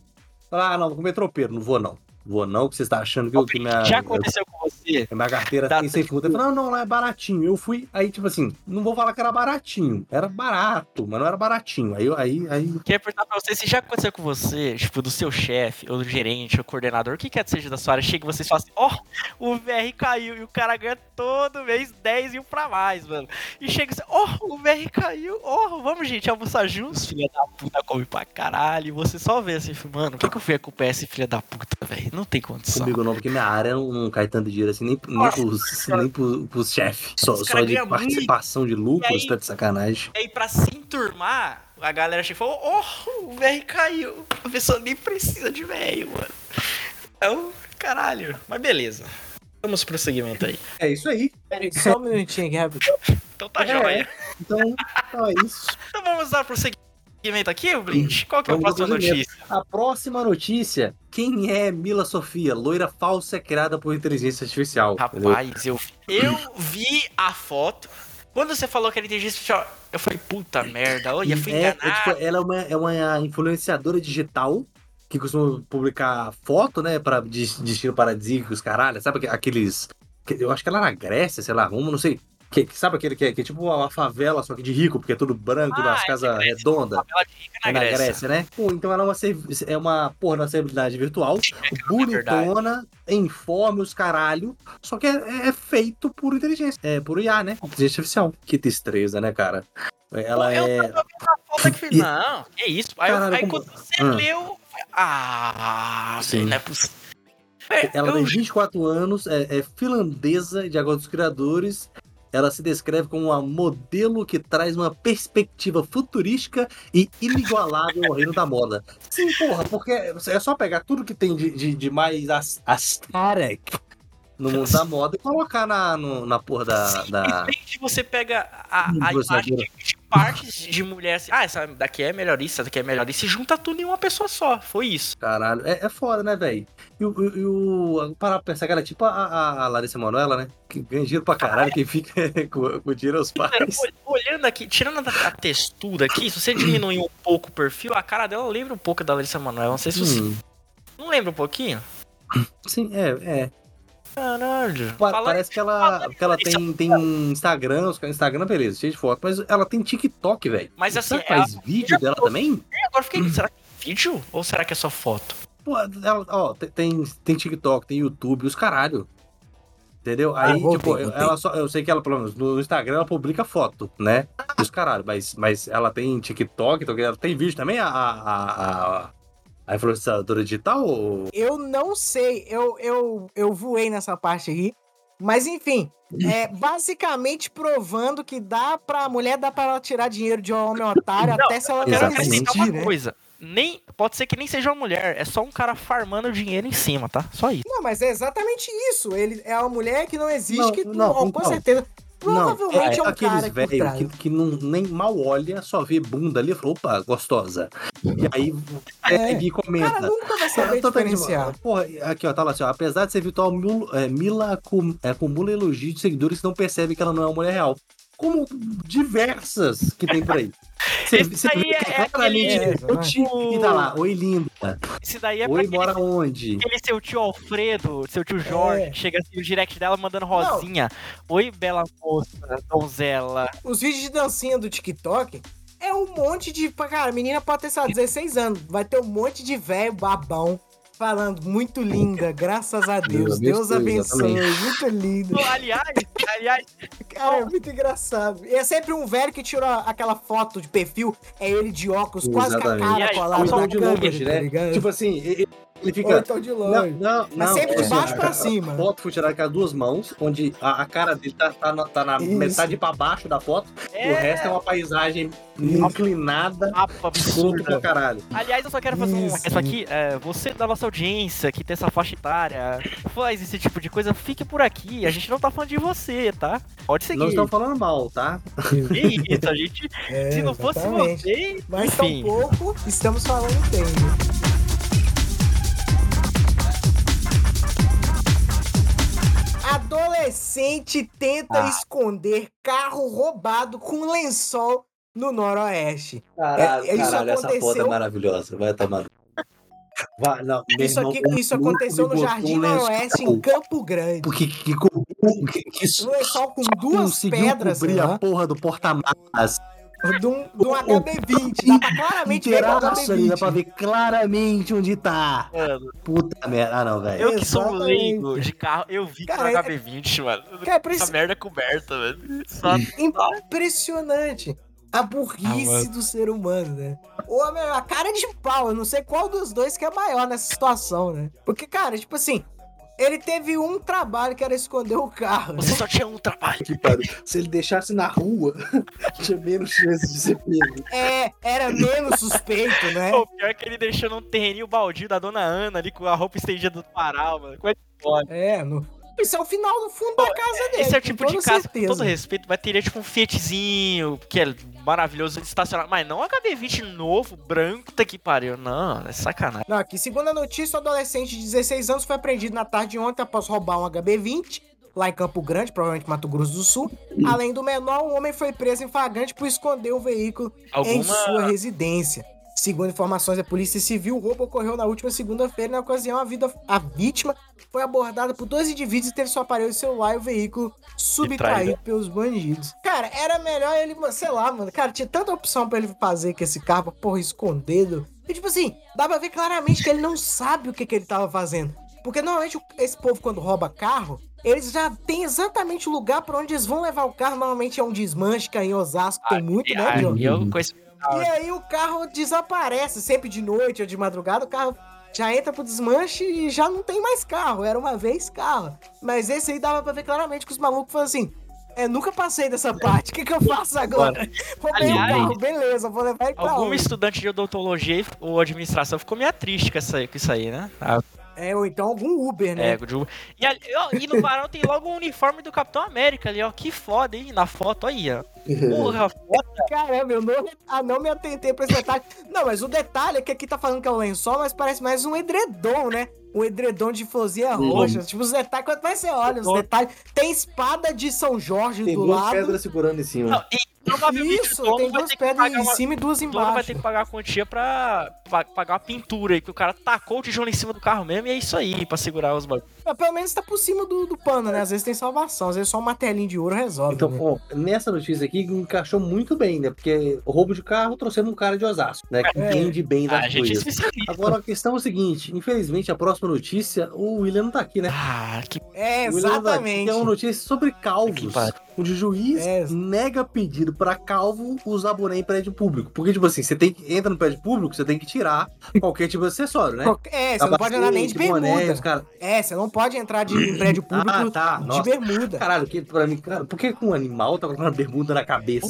Ah, não, vou comer tropeiro, não vou não. Vou não, que vocês estão achando que, eu, que minha, já aconteceu com você? minha carteira Dá tem sem conta. Eu falei, não, não, lá é baratinho. Eu fui, aí tipo assim, não vou falar que era baratinho. Era barato, mas não era baratinho. Aí, eu- aí, aí Queria perguntar pra você se já aconteceu com você, tipo, do seu chefe, ou do gerente, ou coordenador, o que quer que seja da sua área, chega e vocês falam assim, ó, o VR caiu, e o cara ganha todo mês 10 mil pra mais, mano. E chega assim, ó, o VR caiu, ó, vamos, gente, almoçar juntos, filha da puta, come pra caralho, e você só vê assim, mano, por que, que eu fui acompanhar esse filha da puta, velho? Não tem condição. Comigo não, porque minha área não, um não cai tanto dinheiro assim, nem, nem Nossa, pros, cara. nem pro- pros chefes. Só, Os só cara de ganha muito. participação de E lucros, aí- tá de sacanagem. E aí, pra se enturmar, a galera chega e falou, ó, o VR caiu, a pessoa nem precisa de velho, mano. Então, caralho, mas beleza. Vamos pro segmento aí. é isso aí. Peraí, só um minutinho aqui, rapidinho. Então tá É. jóia. Então, então é isso. Então vamos lá pro segmento aqui, Brint? Qual que é a Hum, Vamos próxima pro segmento. notícia? A próxima notícia: quem é Mila Sofia? Loira falsa criada por inteligência artificial. então, entendeu? Rapaz, eu, eu vi a foto. Quando você falou que era inteligência artificial, eu falei, puta merda, olha, fui É, é, enganado. tipo, ela é uma, é uma influenciadora digital que costuma publicar foto, né? Pra, de, de estilo paradisíacos, caralho. Sabe aque- aqueles. que- Eu acho que ela é na Grécia, sei lá, Roma, não sei. Que, que- sabe aquele que é, que é tipo uma favela, só que de rico, porque é tudo branco, Ah, das é casas Grécia. redondas. Ela fica na, É na Grécia. Grécia, né? Pô, então ela é uma, serv- é uma porra da celebridade virtual, é verdade. bonitona, em forma, os caralho, só que é, é feito por inteligência, é por IA, né? Inteligência artificial. Que tristeza, né, cara? Ela eu é... tava vendo a foto que falei, não, que isso. Aí, eu- Caralho, aí como- quando você Ah. leu, ah, Sim. não é possível. É, Ela eu- tem 24 anos, é, é finlandesa, de acordo com os criadores. Ela se descreve como uma modelo que traz uma perspectiva futurística e inigualável ao reino da moda. Sim, porra, porque é só pegar tudo que tem de, de, de mais as- aesthetic no mundo da moda e colocar na, no- na porra da. da... Simplesmente você pega a, a Hum, imagem de, de partes de mulher assim, ah, essa daqui é melhor isso, essa daqui é melhor isso, e junta tudo em uma pessoa só. Foi isso. Caralho, é, é foda, né, velho? E o. e o- Parar pra pensar, cara, é tipo a, a- a Larissa Manoela, né? Que ganha dinheiro pra caralho, quem fica com, com dinheiro aos Cara, pais. ol- Olhando aqui, tirando a, a textura aqui, se você diminuir um pouco o perfil, a cara dela lembra um pouco da Larissa Manoela. Não sei se você. Hum, Não lembra um pouquinho? sim, é, é. Caralho. Pa- Falando- Parece que ela, falando que ela isso- tem, tem um Instagram, os- Instagram, beleza, cheio de foto, mas ela tem TikTok, velho. Mas assim, Será que ela- faz vídeo dela também? Ih, agora eu Hum. fiquei. Será que é vídeo? Ou será que é só foto? Pô, ela, ó, te- tem, tem TikTok, tem YouTube, os caralho. Entendeu? Ah, Aí, voltei, tipo, voltei. ela só. Eu sei que ela, pelo menos, no Instagram ela publica foto, né? Dos caralho, mas, mas ela tem TikTok, então, ela tem vídeo também, a, a, a, a influenciadora digital? Ou... Eu não sei, eu, eu, eu voei nessa parte aí. Mas enfim, é basicamente provando que dá pra mulher, dá pra ela tirar dinheiro de um homem otário Não, até se ela Eu quero Exatamente. acrescentar desistir, né? uma coisa. Nem, pode ser que nem seja uma mulher, é só um cara farmando dinheiro em cima, tá? Só isso. Não, mas é exatamente isso. Ele é uma mulher que não existe, Não, que tu- não, com então. certeza. Provavelmente é, um aqueles cara que velhos que, que não, nem mal olha, só vê bunda ali e fala, opa, gostosa. E aí É. segue e O cara comenta. nunca vai saber Tô tentando- diferenciar. Porra, aqui ó, tá lá assim, ó, apesar de ser virtual, Mil- é, Mila acum- é, acumula elogios de seguidores que não percebem que ela não é uma mulher real. Como diversas que tem por aí. Você Esse você daí vê é- é claramente aquele- o tio que tá lá, oi linda, Isso daí é pra oi aquele, mora onde? aquele seu tio Alfredo, seu tio Jorge, É. que chega assim no direct dela mandando rosinha. Oi, bela moça, donzela. Os vídeos de dancinha do TikTok é um monte de. Cara, a menina pode ter, sei lá, 16 anos. Vai ter um monte de velho babão falando muito linda, graças a Deus. Deus Deus abençoe, abençoe, muito lindo. Aliás, aliás, Cara, é muito engraçado. E é sempre um velho que tirou aquela foto de perfil, é ele de óculos, quase com a Exatamente. E cara aí, colada na ou então de câmera, longe, tá né? ligado? Tipo assim, ele ele Ou fica. então de Não, longe. não, não. Mas sempre de é, baixo pra a- cima. A foto foi tirada com as duas mãos, onde a, a cara dele tá, tá na, tá na Isso. metade pra baixo da foto, e o é resto é uma paisagem inclinada, mapa escroto absurda. pra caralho. Aliás, eu só quero fazer um. Isso. Isso aqui, é, você da nossa audiência que tem essa faixa etária, faz esse tipo de coisa, fique por aqui. A gente não tá falando de você, tá? Pode seguir. Não estamos falando mal, tá? Que isso, a gente. É, se não fosse exatamente. você. Mas Enfim. tampouco estamos falando dele. Adolescente tenta Ah. esconder carro roubado com lençol no Noroeste. Caralho, É, isso caralho, essa foto é aconteceu- maravilhosa. Vai tomar. Vai, não, meu Isso, irmão, aqui, o isso maluco aconteceu me no botou Jardim um lençol, Noroeste, em Campo Grande. Porque que, que, que, que Um lençol com só duas conseguiu pedras, né? sei cobrir a lá, porra do porta-malas. de um, de um HB20. Dá pra claramente ver que é um Inteiraço ali, dá pra HB20. ver claramente onde tá. Mano, Puta merda. Ah, não, velho. eu que sou um Exatamente. leigo de carro, eu vi que Cara, é- era HB20, mano. Cara, é pra Essa isso- merda é coberta, velho. Só Impressionante. A Ah, burrice mano. do ser humano, né? Ou a, a cara de pau, eu não sei qual dos dois que é maior nessa situação, né? Porque, cara, tipo assim, ele teve um trabalho que era esconder o carro. né? você só tinha um trabalho. Que pariu. Se ele deixasse na rua, tinha menos chance de ser pego. É, era menos suspeito, né? O pior é que ele deixou num terreninho baldio da dona Ana ali com a roupa estendida do Pará, mano. Como é que pode? É, no... isso é o final do fundo da casa dele. Esse é o com tipo de toda casa, com certeza. todo respeito, mas teria tipo um Fiatzinho, que é maravilhoso de estacionar. Mas não um HB20 novo, branco, tá que pariu. Não, é sacanagem. Não, aqui, segundo a notícia, o adolescente de 16 anos foi apreendido na tarde de ontem após roubar um HB20 lá em Campo Grande, provavelmente Mato Grosso do Sul. Além do menor, um homem foi preso em flagrante por esconder um veículo em sua Alguma. residência. Segundo informações da Polícia Civil, o roubo ocorreu na última segunda-feira. Na ocasião, a, vida- a vítima foi abordada por dois indivíduos e teve seu aparelho celular e o veículo subtraído pelos bandidos. Cara, era melhor ele, sei lá, mano. Cara, tinha tanta opção pra ele fazer com esse carro, porra, escondido. E tipo assim, dá pra ver claramente que ele não sabe o que, que ele tava fazendo. Porque normalmente o- esse povo, quando rouba carro, eles já têm exatamente o lugar pra onde eles vão levar o carro. Normalmente é um desmanche, que é em Osasco, tem muito, né, Ah, John? eu conheço. E aí o carro desaparece, sempre de noite ou de madrugada, o carro já entra pro desmanche e já não tem mais carro, era uma vez carro. Mas esse aí dava pra ver claramente que os malucos falam assim, é, nunca passei dessa parte, o que que eu faço agora? Vou pegar o Aliás, carro, beleza, vou levar ele pra Algum onde? estudante de odontologia ou administração ficou meio triste com essa- com isso aí, né? Ah, É, ou então algum Uber, né? É, de um- e, ali- ó, e no varão tem logo o uniforme do Capitão América ali, ó. Que foda, hein? Na foto aí, ó. É. Porra, foda. Caramba, eu não, ah, não me atentei pra esse detalhe. Não, mas o detalhe é que aqui tá falando que é um lençol, mas parece mais um edredom, né? Um edredom de florzinha Hum. roxa. Tipo, os detalhes, quanto mais você olha, os detalhes. Tem espada de São Jorge Tem do duas lado. pedras segurando em cima. Não, e, Provavelmente o Isso, dono tem Então, vai duas ter que pedras pagar em uma- cima e duas O dono vai ter embaixo. que pagar a quantia pra pa- pagar uma pintura aí, porque o cara tacou o tijolo em cima do carro mesmo e é isso aí, pra segurar os bagulhos. Mas pelo menos tá por cima do, do pano, né? Às vezes tem salvação, às vezes só um martelinho de ouro resolve. Então, né? ó, nessa notícia aqui encaixou muito bem, né? Porque roubo de carro trouxemos um cara de Osasco, né? Que É. entende bem das Ah, a gente é coisas. especialista. Agora a questão é o seguinte: infelizmente, a próxima notícia, o William não tá aqui, né? Ah, que É, O William não tá aqui, exatamente. É uma notícia sobre Que calvos. pariu. Onde o juiz É. nega pedido pra calvo usar boné em prédio público. Porque, tipo assim, você tem que entra no prédio público, você tem que tirar qualquer tipo de acessório, né? Qualquer- É, você não pode andar nem de Capacete, bermuda. boné, os cara... É, você não pode entrar de em prédio público Ah, tá. de Nossa. bermuda. Caralho, que pra mim, cara, por que que um animal tá colocando uma bermuda na cabeça?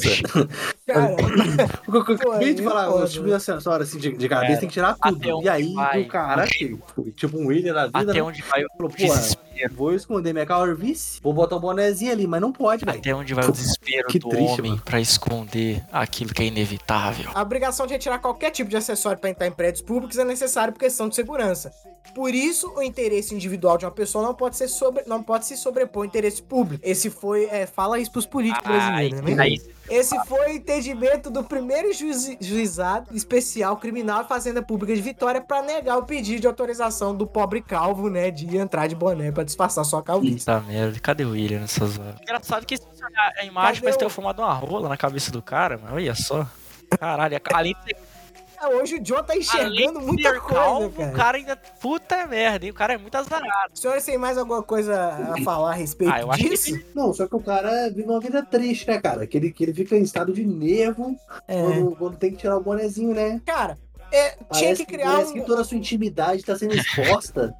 Cara, Porque eu Pô, acabei de aí é falar, foda, os tipos de acessório assim, de, de cabeça Cara, tem que tirar até tudo. onde E aí, vai? o cara, que foi tipo um William na vida, até um né? onde vai o Falou, pô, desespero? Vou esconder minha calvície, vou botar um bonézinho ali, mas não pode, velho. Até onde vai o desespero Que do triste, homem mano. pra esconder aquilo que é inevitável? a obrigação de retirar qualquer tipo de acessório para entrar em prédios públicos é necessário por questão de segurança. Por isso, o interesse individual de uma pessoa não pode, ser sobre, não pode se sobrepor ao interesse público. Esse foi. É, fala isso pros políticos brasileiros, né? aí, Esse foi o entendimento do primeiro juiz- juizado especial criminal e Fazenda Pública de Vitória para negar o pedido de autorização do pobre calvo, né, de entrar de boné para disfarçar sua calvície. Puta merda, cadê o William nessas horas? Engraçado que se você olhar a imagem Cadê parece o- ter formado uma rola na cabeça do cara, mano. Olha só. Caralho, além de ser, É, Hoje o John tá além enxergando de muita ser coisa, calvo, cara. o cara ainda. Puta merda, hein? O cara é muito azarado. Senhores, tem mais alguma coisa a falar a respeito Ah, eu acho que disso? Não, só que o cara vive uma vida triste, né, cara? Que ele, que ele fica em estado de nervo É. quando, quando tem que tirar o bonezinho, né? Cara, é, tinha que criar parece um. que toda a sua intimidade tá sendo exposta.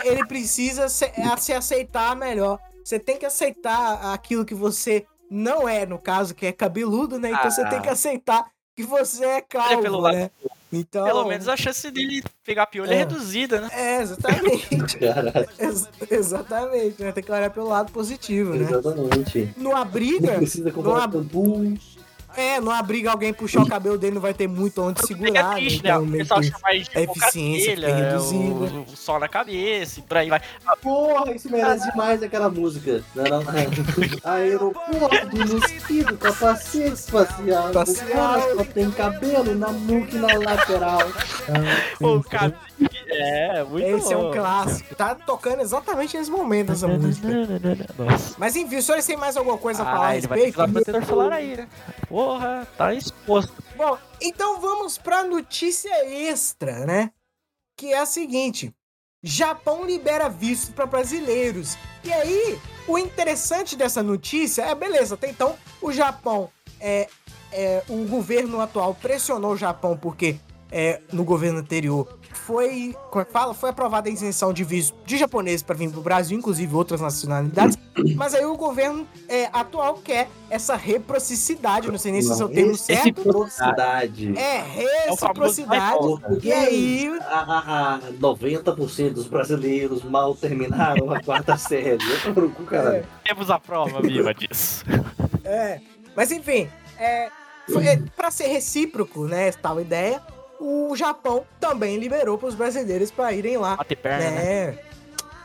é, ele precisa se, é, a- se aceitar melhor. Você tem que aceitar aquilo que você não é, no caso, que é cabeludo, né? Então Ah. você tem que aceitar que você é calvo, pelo lado né? Então, Pelo menos a chance dele pegar piolho é É. reduzida, né? É, exatamente. Caralho, Ex- exatamente, né? Tem que olhar pelo lado positivo, né? exatamente. Numa Não briga, precisa comprar Não um tampão. é, numa briga alguém puxar o cabelo dele não vai ter muito onde é segurar, né? triste, né? Então, O meio pessoal que- chama isso de a eficiência bocacelha, fica reduzida. o, o sol na cabeça e por aí vai. Ah, Porra, isso Ah. merece demais aquela música. Não, não, não. Aeroporto do mosquito, capacete espacial. O cara só tem cabelo na nuca e na lateral. Pô, cara, é, muito Esse é bom. um clássico. Tá tocando exatamente nesse momento essa música. Nossa. Mas enfim, os senhores têm mais alguma coisa a falar a Ah, ele vai ter respeito? que ir lá protetor falar aí, né? Porra, tá exposto. Bom, então vamos pra notícia extra, né? Que é a seguinte: Japão libera visto pra brasileiros. E aí, o interessante dessa notícia é, beleza, até então o Japão é, é, o governo atual pressionou o Japão porque é, no governo anterior foi, como é que fala, foi aprovada a isenção de visto de japoneses para vir pro Brasil, inclusive outras nacionalidades. Mas aí o governo é, atual quer essa reciprocidade, não sei nem se esse é o termo certo. Reciprocidade. É, É o famoso vai e reciprocidade. volta. E aí, A, a, a 90% dos brasileiros mal terminaram a quarta série. Eu tô maluco, caralho. Temos a prova viva disso. é. Mas enfim, é, foi- é, pra ser recíproco, né, essa tal ideia, o Japão também liberou pros brasileiros pra irem lá, Bater perna, né? né,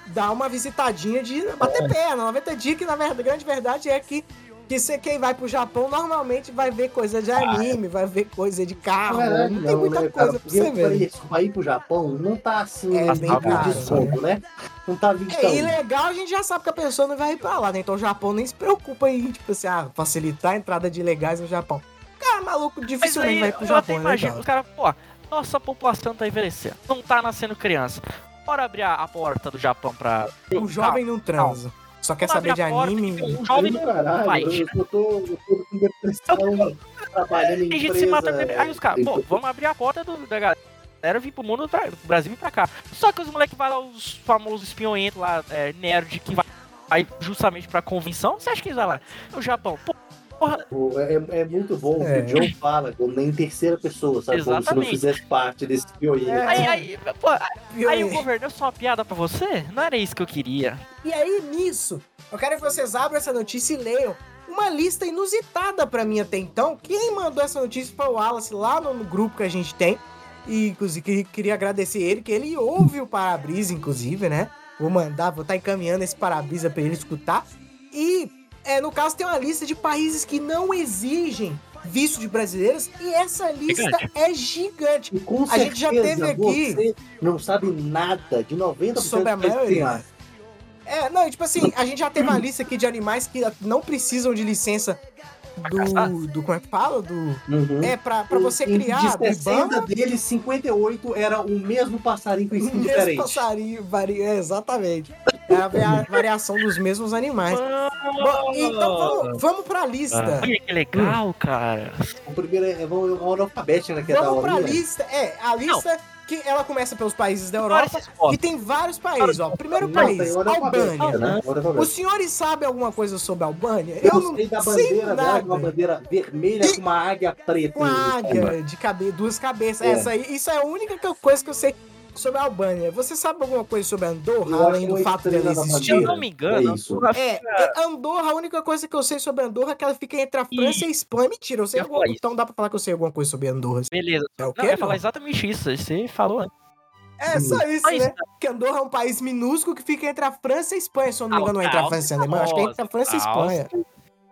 dar uma visitadinha de bater perna, 90 dias, que na verdade, a grande verdade é que que você, quem vai pro Japão normalmente vai ver coisa de anime, vai ver coisa de carro, Na verdade, Ah, não tem muita né, coisa cara? pra você Porque pra ver. isso, pra ir pro Japão não tá assim, É, né, bem com caro, desconto, né? Não tá 20 É ilegal, a gente já sabe que a pessoa não vai ir pra lá, né? Então o Japão nem se preocupa em, tipo assim, ah, facilitar a entrada de ilegais no Japão. Cara, maluco Mas aí, dificilmente É, vai pro eu até Japão, né? imagino, os caras, pô, nossa população tá envelhecendo, não tá nascendo criança. Bora abrir a, a porta do Japão pra... cara? O jovem não transa. Só quer Vamos abrir saber de a porta que anime. tem um jovem... Vai. Caralho, eu, eu, tô, eu tô com depressão, trabalhando em Tem gente empresa. Então, se matando. Aí os caras, pô, vamos abrir a porta do, da galera. Era vir pro mundo, pra, pro Brasil e pra cá. Só que os moleques vai lá, os famosos espionhentos lá, é, nerd, que vai, vai justamente pra convenção. Você acha que eles vão lá? O Japão, pô, Pô, É, é muito bom É. o que o John fala, quando é em terceira pessoa, sabe? Como se não Exatamente. fizesse parte desse pioinho. É. aí, aí, pô, E aí o aí, governo, eu sou uma piada pra você? Não era isso que eu queria. e aí, nisso, eu quero que vocês abram essa notícia e leiam. Uma lista inusitada pra mim até então. Quem mandou essa notícia foi o Wallace lá no, no grupo que a gente tem. E, inclusive, que- queria agradecer ele, que ele ouve o tá Parabrisa, inclusive, né? Vou mandar, vou estar encaminhando esse Parabrisa pra ele escutar. E é, no caso, tem uma lista de países que não exigem visto de brasileiros e essa lista Gigante. é gigante. E com A gente já certeza teve aqui- você não sabe nada de 90% Sobre a dos países que tá tem maioria. É, não, e tipo assim, a gente já teve uma lista aqui de animais que não precisam de licença caçar? do. do como é que fala? Do, lá. Uhum. é, pra, pra você E criar. do De um 60 Ibama, deles, 58 era o mesmo passarinho com skin mesmo diferente. passarinho, varia, é, exatamente. É a via- variação dos mesmos animais. Bom, então Ah. vamos, vamos pra lista. Olha que é legal, cara. O primeiro é, é o é o analfabeto, né? Que é da Vamos pra hora. né? lista. É, a lista que ela começa pelos países da Agora Europa essas é fotos. e tem vários países, ó. Primeiro Não, país, tem hora alfabética, Albânia. né? Hora Os alfabética. senhores sabem alguma coisa sobre a Albânia? Eu sei da bandeira dela, nada. com uma bandeira vermelha E- com uma águia preta. Uma em cima. águia de cabe... duas cabeças. É. Essa aí, isso é a única que eu- coisa que eu sei sobre a Albânia. Você sabe alguma coisa sobre Andorra, Eu além acho do uma fato dela estrela da Se eu existir? bandeira. não me engano, É isso. eu É, Andorra, a única coisa que eu sei sobre Andorra é que ela fica entre a França e a Espanha. Mentira, eu sei Eu ia alguma... falar isso. Então dá pra falar que eu sei alguma coisa sobre Andorra. Beleza. É o Não, quê? eu ia não? falar exatamente isso. Você falou. antes. É só isso, Mas- tá. né? Porque Andorra é um país minúsculo que fica entre a França e a Espanha. Se eu não Ah, me engano, não é entre a Áustria, França e a Alemanha. Acho que é entre a França e a Espanha.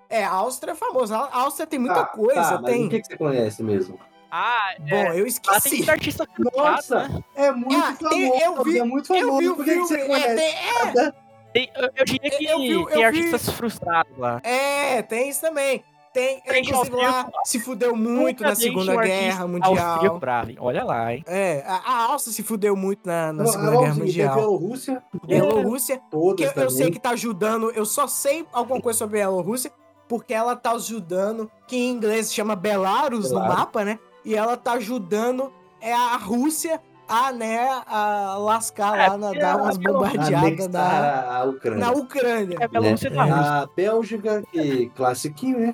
É, a Áustria é famosa. A Áustria tem muita Tá, coisa. tá, mas tem... O que, que você conhece mesmo? Ah, Bom, eu lá tem esqueci. muito artista Nossa, né? é muito Ah, famoso. tem- eu vi- é muito famoso. Eu vi o Por que, filme. que você É, conhece? tem, é, Tem- eu, eu diria que Eu vi- eu tem vi- artistas frustrados lá. é, tem isso também. Tem, Tem inclusive, Alfio. lá se fudeu muito Nunca na deixe Segunda um Guerra artista Mundial. austríaco bravo, hein? Olha lá, hein? É, a, a Áustria se fudeu muito na, na Não, Segunda vamos Guerra seguir, tem Mundial. Bielorrússia, Bielorrússia, que todas eu, eu sei também. que tá ajudando, eu só sei alguma coisa sobre a Bielorrússia, porque ela tá ajudando, que em inglês se chama Belarus no Belarus. mapa, né? E ela tá ajudando é a Rússia a, né, a lascar É, lá, na, porque dar a umas Bielorrússia- bombardeadas anexar na, a- a Ucrânia. na Ucrânia. É Bielorrússia da Rússia. A Bélgica, que classiquinho, né?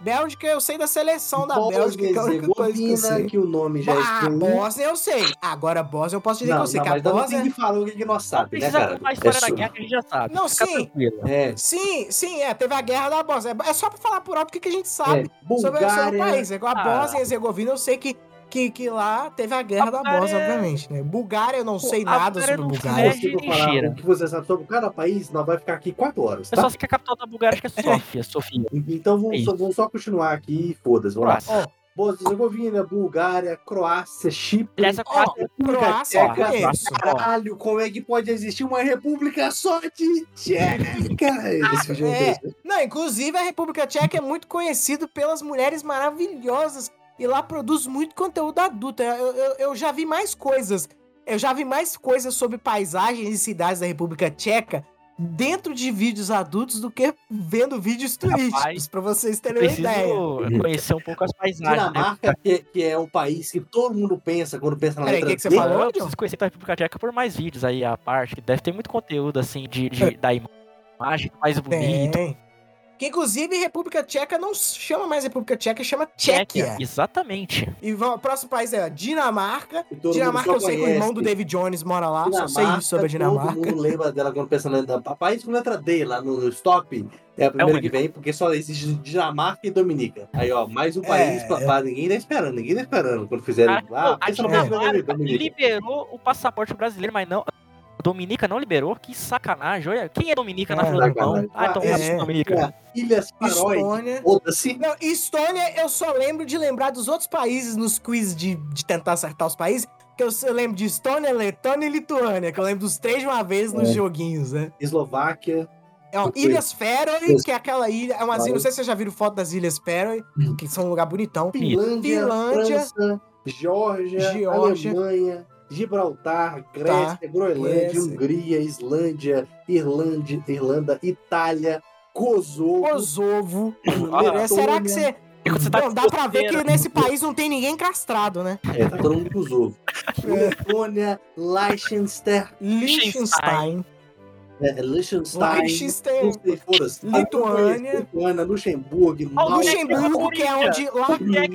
Bélgica, eu sei da seleção da Bósnia Bélgica, que é a única coisa que eu Herzegovina, sei. que o nome já é Ah, estranho. Bósnia eu sei. Agora, Bósnia eu posso dizer Não, que eu sei não, que a é mas não Bósnia... tem que falar o que, que nós Não sabemos, né, precisa cara? contar a história É da su- guerra que a gente já sabe. Não, Fica sim. tranquilo. É, Sim, sim, é. Teve a guerra da Bósnia. É só pra falar por alto o que que a gente sabe é, sobre, sobre o Bulgária, país. É igual a Ah. Bósnia e Herzegovina, eu sei que, que, que lá teve a guerra da Bulgária- Bósnia, obviamente. Né? Bulgária, eu não Pô, sei a nada Bulgária sobre não Bulgária. fede. consigo Bulgária falar cheira. o que você sabe sobre cada país, nós vamos ficar aqui quatro horas, Eu só tá? sei que a capital da Bulgária acho que é Sofia. Sofia. Então vamos Isso. só, vamos só continuar aqui e foda-se, vamos lá. Croácia. Ó, Bósnia e Herzegovina, né, Bulgária, Croácia, Chipre. Aliás, a ó, Croácia Croácia eu Ó, conheço. Caralho, como é que pode existir uma república só de tcheca? Esse vídeo É. Não, inclusive a República Tcheca é muito conhecida pelas mulheres maravilhosas e lá produz muito conteúdo adulto. Eu, eu- eu já vi mais coisas. Eu já vi mais coisas sobre paisagens e cidades da República Tcheca dentro de vídeos adultos do que vendo vídeos turísticos, pra vocês terem uma ideia. preciso conhecer um pouco as paisagens, né? Dinamarca, que, que é um país que todo mundo pensa quando pensa na Peraí, letra que que você D. falou? Eu preciso conhecer a República Tcheca por mais vídeos aí à parte, que deve ter muito conteúdo, assim, de, de- da imagem mais bonita. É. Tem. Que inclusive República Tcheca não chama mais República Tcheca, chama Tchequia. Exatamente. E vamos- o próximo país é a Dinamarca. que todo mundo Dinamarca, só eu sei que o conhece. irmão do David Jones mora lá, só sei Dinamarca, isso sobre a Dinamarca. Todo mundo lembra dela é quando pensa na letra D. País com letra D lá no, no stop é a primeira que único. vem, porque só existe Dinamarca e Dominica. Aí, ó, mais um país É. pra, pra- ninguém tá esperando, ninguém tá esperando. Quando fizeram. Cara, Ah, a pensa no país com letra D, Dinamarca Dominica. liberou o passaporte brasileiro, mas não. A Dominica não liberou? Que sacanagem. Olha, quem é Dominica na É, fila do irmão? sacanagem. Ah, então É. é. Dominica. Ilhas Farói. Estônia. Foda-se. Não, Estônia eu só lembro de lembrar dos outros países nos quiz de, de tentar acertar os países. Que eu só lembro de Estônia, Letônia e Lituânia, que eu lembro dos três de uma vez nos É. joguinhos, né? Eslováquia. É, ó, Ok. Ilhas Feroe, que é aquela ilha. É uma ilha, Claro. não sei se vocês já viram foto das Ilhas Feroe, Hum. que são um lugar bonitão. Finlândia, Finlândia, França, Geórgia, Geórgia, Tá. Alemanha, Gibraltar, Grécia, Groenlândia, Grécia. Hungria, Islândia, Irlândia, Irlanda, Itália, Kosovo. Kosovo. Ah, É, Será que você. e quando você tá Não, com dá pra ver que coceira, nesse país não tem ninguém castrado, né? É, tá todo mundo Kosovo. Letônia, Liechtenstein, Liechtenstein, é, Liechtenstein, não Liechtenstein, sei, foda-se. Lituânia. Lituânia, Luxemburgo, Luxemburgo, que é onde lá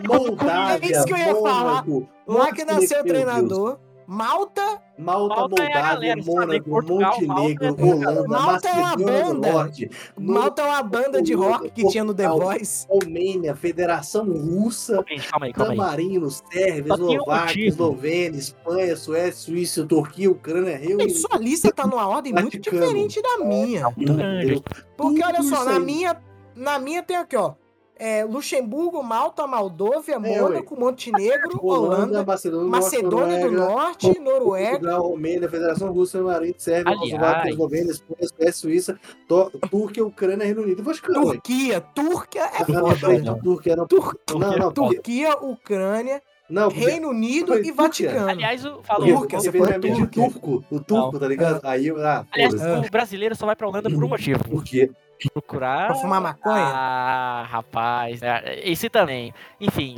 Moldávia, É isso que eu ia falar. Mônaco, Lá que nasceu o Montenegro. treinador. Malta, Malta, Malta é a Moldávia, galera, sabe? Mônaco, Portugal, Montenegro, Malta é- Holanda, Malta é uma Macedônia do banda. Norte, Malta é tá uma banda de rock que tinha no The Voice. Romênia, Federação Russa, Gente, calma aí, calma aí. Camarino, Sérvia, Só tem um Eslováquia, motivo. Eslovênia, Espanha, Suécia, Suíça, Turquia, Ucrânia, Rio E sua lista tá numa ordem muito Vaticano. diferente da minha. um Grande. Porque Tá Tudo olha só, isso na aí. minha, na minha tem aqui, ó. é, Luxemburgo, Malta, Moldóvia, Mônaco, Montenegro, É, Holanda, Holanda, Macedônia, Macedônia do Noruega, Norte, Noruega. Portugal, Romênia, Federação Russa, Camarino, Sérvia, Aliás. Eslováquia, Eslovênia, Espanha, Suécia, Suíça, Tó- Turquia, Ucrânia, Reino Unido e Vaticano. ué. Turquia, Turquia é Ah, não, peraí, foda. não, Turquia não. Turquia, Não, não, porque- Turquia, Ucrânia, não, porque- Reino Unido foi e Turquia. Vaticano. Aliás, o, porque falou, Turquia, você você fez foi lembrar de um Turquia. turco, o turco, tá ligado? Aí eu, ah, aliás, foda-se. Ah. o brasileiro só vai pra Holanda por um motivo. Porque Procurar... Pra fumar maconha? Ah, rapaz. é, Esse também. Enfim,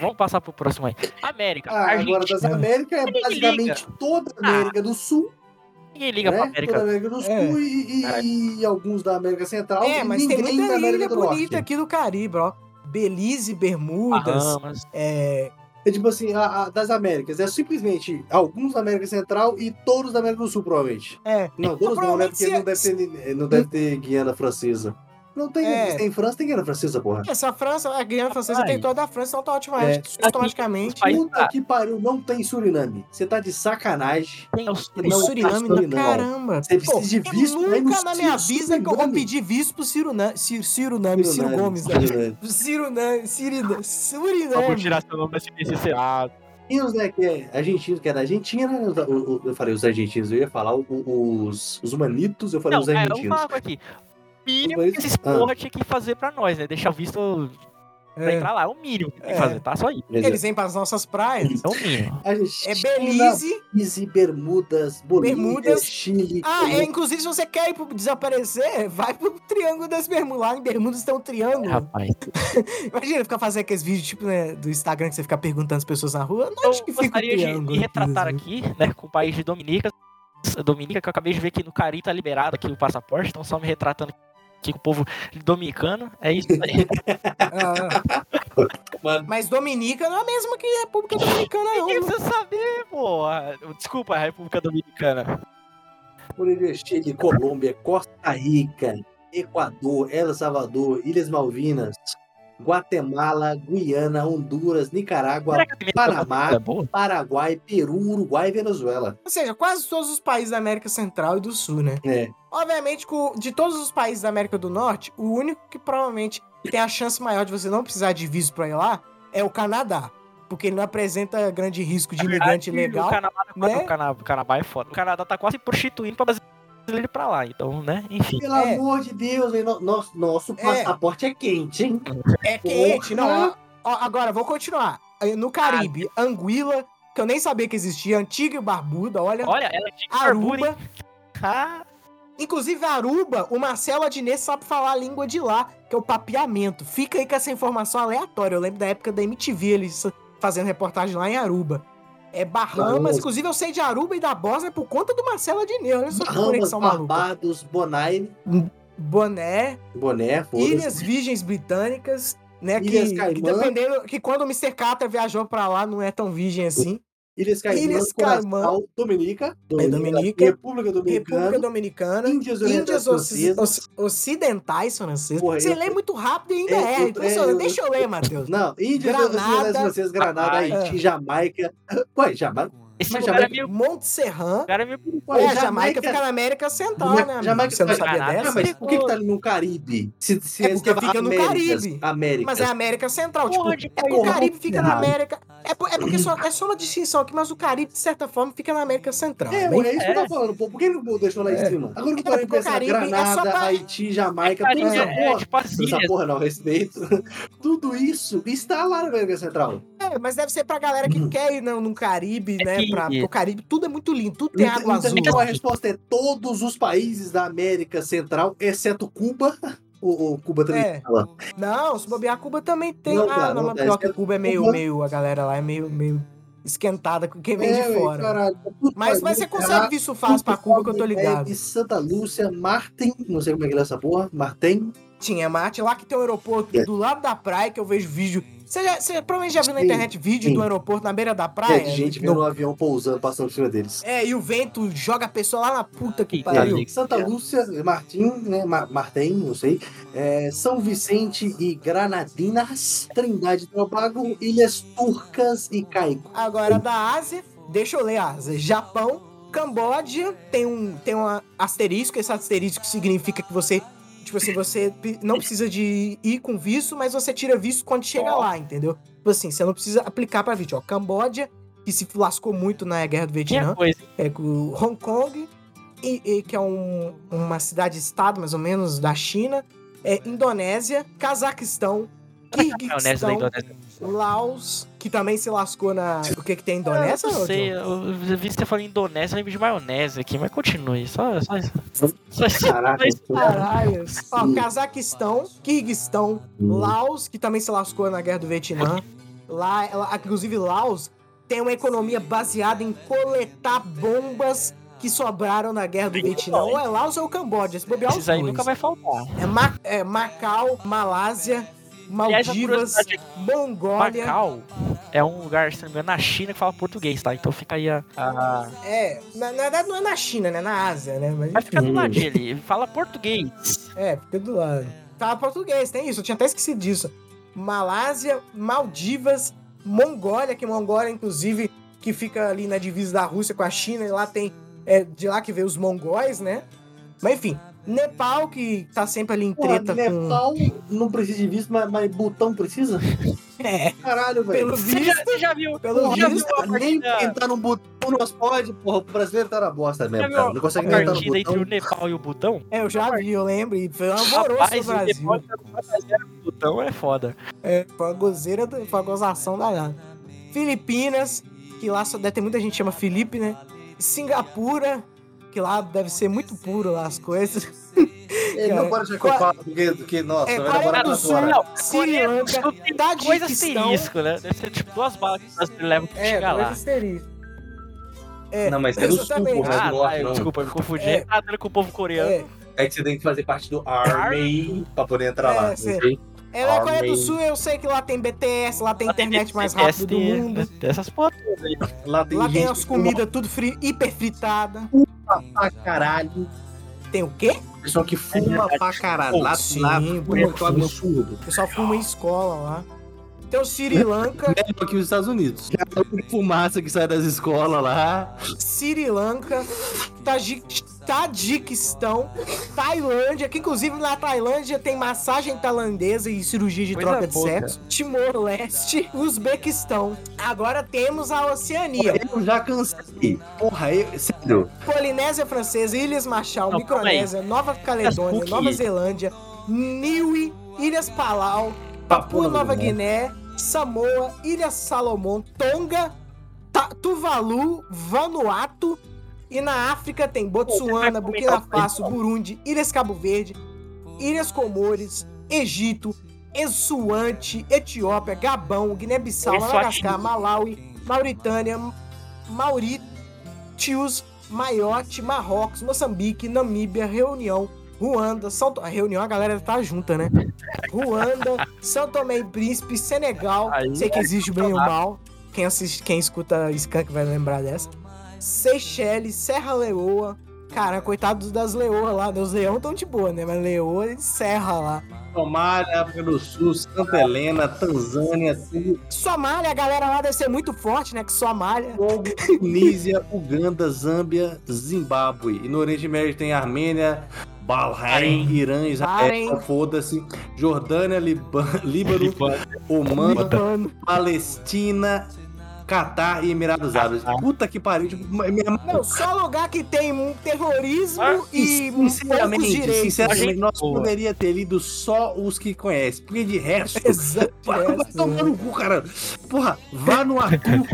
vamos passar pro próximo aí. América. ah, agora Argentina. das Américas é Ninguém basicamente toda a América do Sul, Ah, Ninguém liga pra né? Toda América. a América do Sul É. e, e- É. e alguns da América Central. É, e mas tem Tá ninguém da muita América ilha do Norte. bonita aqui do Caribe, ó. Belize, Bermudas, Bahamas. é, É tipo assim, a- a- das Américas. É simplesmente alguns da América Central e todos da América do Sul, provavelmente. é, Não, todos não, provavelmente né? Porque se- não deve, ter, não deve ter Guiana Francesa. Não tem, É. tem França, tem Guiana Francesa, porra. Essa França, a Guiana Francesa Rapaz. tem toda a França, então tá ótimo, É. automaticamente. Mas- Puta que pariu, não tem Suriname. Você tá de sacanagem. Tem os O Não, Suriname do Suriname não. caramba. Você precisa de eu visto, nem nunca no na Ciro minha vida que eu vou Suriname. pedir visto pro Ciro, Na... Ciro, Ciro Nami, Ciro Suriname, Gomes. né? Suriname. Ciro Nami, Ciro Só é. por Suriname. É. tirar seu nome da CBCC. Ah, E os né, que é argentino, que é da Argentina, né? Os- o- o- Eu falei os argentinos, eu ia falar o- o- os, os humanitos, eu falei não, os é. é, vamos argentinos. falar aqui. O mínimo Mas- que esses porra tinha que fazer pra nós, né? Deixar o visto pra É. entrar lá. É o mínimo que tem É. que fazer, tá? Só isso. Quer dizer, Eles vêm pras nossas praias. É o mínimo. Argentina, É Belize. Belize, Bermudas, Bolívia, Bermudas. Chile, Ah, é, inclusive, se você quer ir pro desaparecer, vai pro Triângulo das Bermudas. Lá em Bermudas tem um É. triângulo. É, Rapaz. Imagina ficar fazendo aqueles vídeos, tipo, né, do Instagram, que você fica perguntando as pessoas na rua. Onde Eu que fica o gostaria de, triângulo? de retratar aqui, né, com o país de Dominica. Dominica, que eu acabei de ver que no Cari tá liberado aqui o passaporte, então só me retratando aqui com o povo dominicano. É isso aí. Ah, mas Dominica não é a mesma que República Dominicana, não. Quem precisa saber, pô? Desculpa, a República Dominicana. Bolívia, Chile, Colômbia, Costa Rica, Equador, El Salvador, Ilhas Malvinas, Guatemala, Guiana, Honduras, Nicarágua, Será que a Dominicana Panamá. é boa? Paraguai, Peru, Uruguai e Venezuela. Ou seja, quase todos os países da América Central e do Sul, né? É. Obviamente, co- de todos os países da América do Norte, o único que provavelmente tem a chance maior de você não precisar de visto pra ir lá é o Canadá. Porque ele não apresenta grande risco de imigrante O ilegal. Canadá, né? o, Canadá, o Canadá é foda. O Canadá tá quase prostituindo pra brasileiro ir pra lá, então, né? Enfim. Pelo É. amor de Deus, hein? No- no- nosso É. passaporte é. quente, hein? É Porra. quente, não. ó, ó, agora, vou continuar. Aí, No Caribe, Anguila, que eu nem sabia que existia, Antiga e Barbuda, olha. Olha, ela é tinha barbuda, hein? Aruba. Ah, tá Inclusive, Aruba, o Marcelo Adnet sabe falar a língua de lá, que é o papeamento. Fica aí com essa informação aleatória. Eu lembro da época da MTV eles fazendo reportagem lá em Aruba. É Bahamas. Bahamas. Inclusive, eu sei de Aruba e da Bósnia por conta do Marcelo Adnet. Olha só que Bahamas, conexão maluca. Barbados, Bonaire, Boné, Boné, foda-se. Ilhas Virgens Britânicas, né? Que, Ilhas que Caimã. dependendo. Que quando o Mr. Carter viajou pra lá, não é tão virgem assim. Ilhas Caimã, Ilhas É Curaçao, Dominica, Dominica. República República Dominicana, Dominicana. Índias Orientais Índias oci- Francesas. oci- ocidentais francesas. Porra, Você eu- lê muito rápido e ainda eu- é. eu- impressionante. é, eu- Deixa eu ler, Matheus. Não, Índias Granada. Orientais Francesas, Granada, Ai. Haiti, Jamaica. Ué, Jamaica? esse Mas lugar Jamaica- é meio. Montserrat. Lugar é meio... Ué, é, a Jamaica fica na América Central, né? amigo? Jamaica- Você não mas- sabia Granada Ah, dessa? mas por que, que tá ali no Caribe? Se, se É porque estava fica no Américas, Caribe. Américas. Mas é a América Central. Tipo, Porra de né? é porque o porra, Caribe fica na errado. América. É, por- é porque só, é só uma distinção aqui, mas o Caribe, de certa forma, fica na América Central. É, É bem- é isso que eu tô falando, pô. Por que não deixou lá em É. cima? Agora que Cara, eu parei de porque o pensar, Caribe é Granada, só pra- Haiti, Jamaica, Cara, toda essa é, é, porra. tipo as Essa ilhas. porra não, respeito. Tudo isso está lá na América Central. É, mas deve ser pra galera que quer ir no, no Caribe, É né? que- Pra, pro Caribe, tudo é muito lindo, tudo tem água azul. Então a resposta é todos os países da América Central, exceto Cuba. O, o Cuba também É. fala. Não, se bobear, Cuba também tem. Não, ah, não, cara, não mas tá. pior que Esquenta- Cuba é meio, Cuba- meio. A galera lá é meio, meio esquentada com quem vem É, de ué, fora. caralho, tudo Mas, mas país, você caralho, consegue vir isso fácil pra Cuba que eu tô ligado. é De Santa Lúcia, Martin, não sei como é que é essa porra, Martin. Tinha Marte, lá que tem um aeroporto É. do lado da praia, que eu vejo vídeo Você, já, você provavelmente já viu na Sim, internet vídeo sim. do aeroporto na beira da praia. né? É de gente no- vendo um avião pousando, passando por cima deles. É, É, e o vento joga a pessoa lá na puta que Eita, pariu. gente. Santa Lúcia, Martim, né? Ma- Martim, não sei. É, São Vicente e Granadinas, Trindade e Tobago, Ilhas Turcas e Caico. Agora da Ásia, deixa eu ler a Ásia. Japão, Camboja, tem um, tem um asterisco. Esse asterisco significa que você, tipo assim, você pe- não precisa de ir com visto, mas você tira visto quando chega lá, entendeu? Tipo assim, você não precisa aplicar pra vídeo. Ó, Camboja, que se lascou muito na Guerra do Tinha Vietnã. coisa. É o Hong Kong, e, e que é um- uma cidade-estado, mais ou menos, da China. É, Indonésia, Cazaquistão, Maionese né, da Kirguistão, Indonésia. Laos, que também se lascou na. O que que tem Indonésia? eu não ô, sei, Diogo? eu eu vi você falando Indonésia, eu lembro de maionese aqui, mas continue, só, só isso. Só isso. Caraca, Mas- Caralho. Ó, Cazaquistão, Kirguistão, Laos, que também se lascou na guerra do Vietnã. Lá, lá- inclusive, Laos tem uma economia baseada em coletar bombas que sobraram na guerra do Vietnã. Ou é Laos ou Camboja. Se bobear os Esses aí dois. nunca vai faltar. É, Ma- é Macau, Malásia, Aliás, uma Maldivas, curiosidade aqui, Mongólia. Macau é um lugar, se não me engano, na China que fala português, tá? Então fica aí a. a- É, na, na verdade não é na China, né? Na Ásia, né? Mas, Vai ficar do Hum. lado dele, fala português. é, fica do lado. Tá português, tem isso. Eu tinha até esquecido disso. Malásia, Maldivas, Mongólia, que Mongólia, inclusive, que fica ali na divisa da Rússia com a China, e lá tem. É de lá que veio os mongóis, né? Mas enfim, Nepal, que tá sempre ali em Porra, treta com. Nepal não precisa de visto, mas, mas Butão precisa? É, Caralho, velho. pelo Você já, visto, você já viu? pelo já visto. viu a nem entrar no botão nós pode, porra. O brasileiro tá na bosta Já mesmo, viu cara. Não a Tá consegue nem entrar no partida entre o botão. Nepal e o Butão? É, eu já vi, eu lembro. E foi um alvoroço no Rapaz, o Brasil. Nepal tá com 4 a 0 pro Butão é foda. É, foi uma gozeira, do- foi uma gozação danada. Filipinas, que lá só deve ter muita gente que chama Felipe, né? Singapura, que lá deve ser muito puro lá as coisas. Ele não cara. pode ser Qua- culpado, porque, porque, nossa, É, vai Coreia namorar do na Sul, hora. Sri Coreia do Lanca, Sul tem Coisa Tajiquistão. asterisco, né? Deve ser tipo duas balas que o brasileiro leva pra É, chegar coisa lá. asterisco. Não, mas é do sul, Exatamente. porra, não é Ah, do tá, norte, eu, não. desculpa, eu me confundi. É. Tá dando com o povo coreano. É, É que você tem que fazer parte do Army pra poder entrar É, lá. cê- ok? é na Coreia do Amém. Sul, eu sei que lá tem BTS, lá tem Lá tem é. internet mais BTS, rápida do mundo. Dessas porra todas aí. Lá tem Lá gente tem as que comidas tudo fri hiper fritada. fuma pra caralho. Tem o quê? Pessoal que fuma pra caralho. Lá, Sim, lá pô, fuma, que é um absurdo. O pessoal fuma em escola lá. Tem o Sri Lanka, Mesmo aqui nos Estados Unidos. Já tá com fumaça que sai das escolas lá. Sri Lanka, Taji- Tadiquistão, Tailândia, que inclusive na Tailândia tem massagem tailandesa e cirurgia de Coisa troca de boa, sexo, Timor-Leste, Uzbequistão. Agora temos a Oceania, Eu já cansei. Porra, eu, sério. Polinésia Francesa, Ilhas Marshall, Não, calma aí. Micronésia, Nova Caledônia, Cook. Nova Zelândia, Niue, Ilhas Palau, Papua é Nova Guiné, Samoa, Ilha Salomão, Tonga, Ta- Tuvalu, Vanuatu e na África tem Botsuana, Pô, você vai Burkina comentar Faso, Burundi, Ilhas Cabo Verde, Ilhas Comores, Egito, Essuante, Etiópia, Gabão, Guiné-Bissau, Eswatini. Madagascar, Malawi, Mauritânia, Mauritius, Maiote, Marrocos, Moçambique, Namíbia, Reunião, Ruanda, São Tomé. Reunião a galera tá junta, né? Ruanda, São Tomé e Príncipe, Senegal. Aí sei que existe o bem e o mal. Quem, assiste, quem escuta Skank vai lembrar dessa. Seychelles, Serra Leoa. Cara, coitados das leoas lá. né? Os leões tão de boa, né? Mas leoa e serra lá. Somália, África do Sul, Santa Helena, Tanzânia, Tunísia, Somália, a galera lá deve ser muito forte, né? Que Somália. Tunísia, Uganda, Zâmbia, Zimbábue. E no Oriente Médio tem Armênia, Bahrein, Irã, Israel, Bahrein. foda-se, Jordânia, Liban, Líbano, Oman, Mano. Palestina, Catar e Emirados Árabes. Puta que pariu. Tipo, minha Não, só lugar que tem um terrorismo Ah, e poucos Sinceramente, direitos. A sinceramente, gente- nós Boa. poderia ter lido só os que conhece, porque de resto. Exato. Vai essa, tomar né? no cu, cara. Porra, vá no Arthur.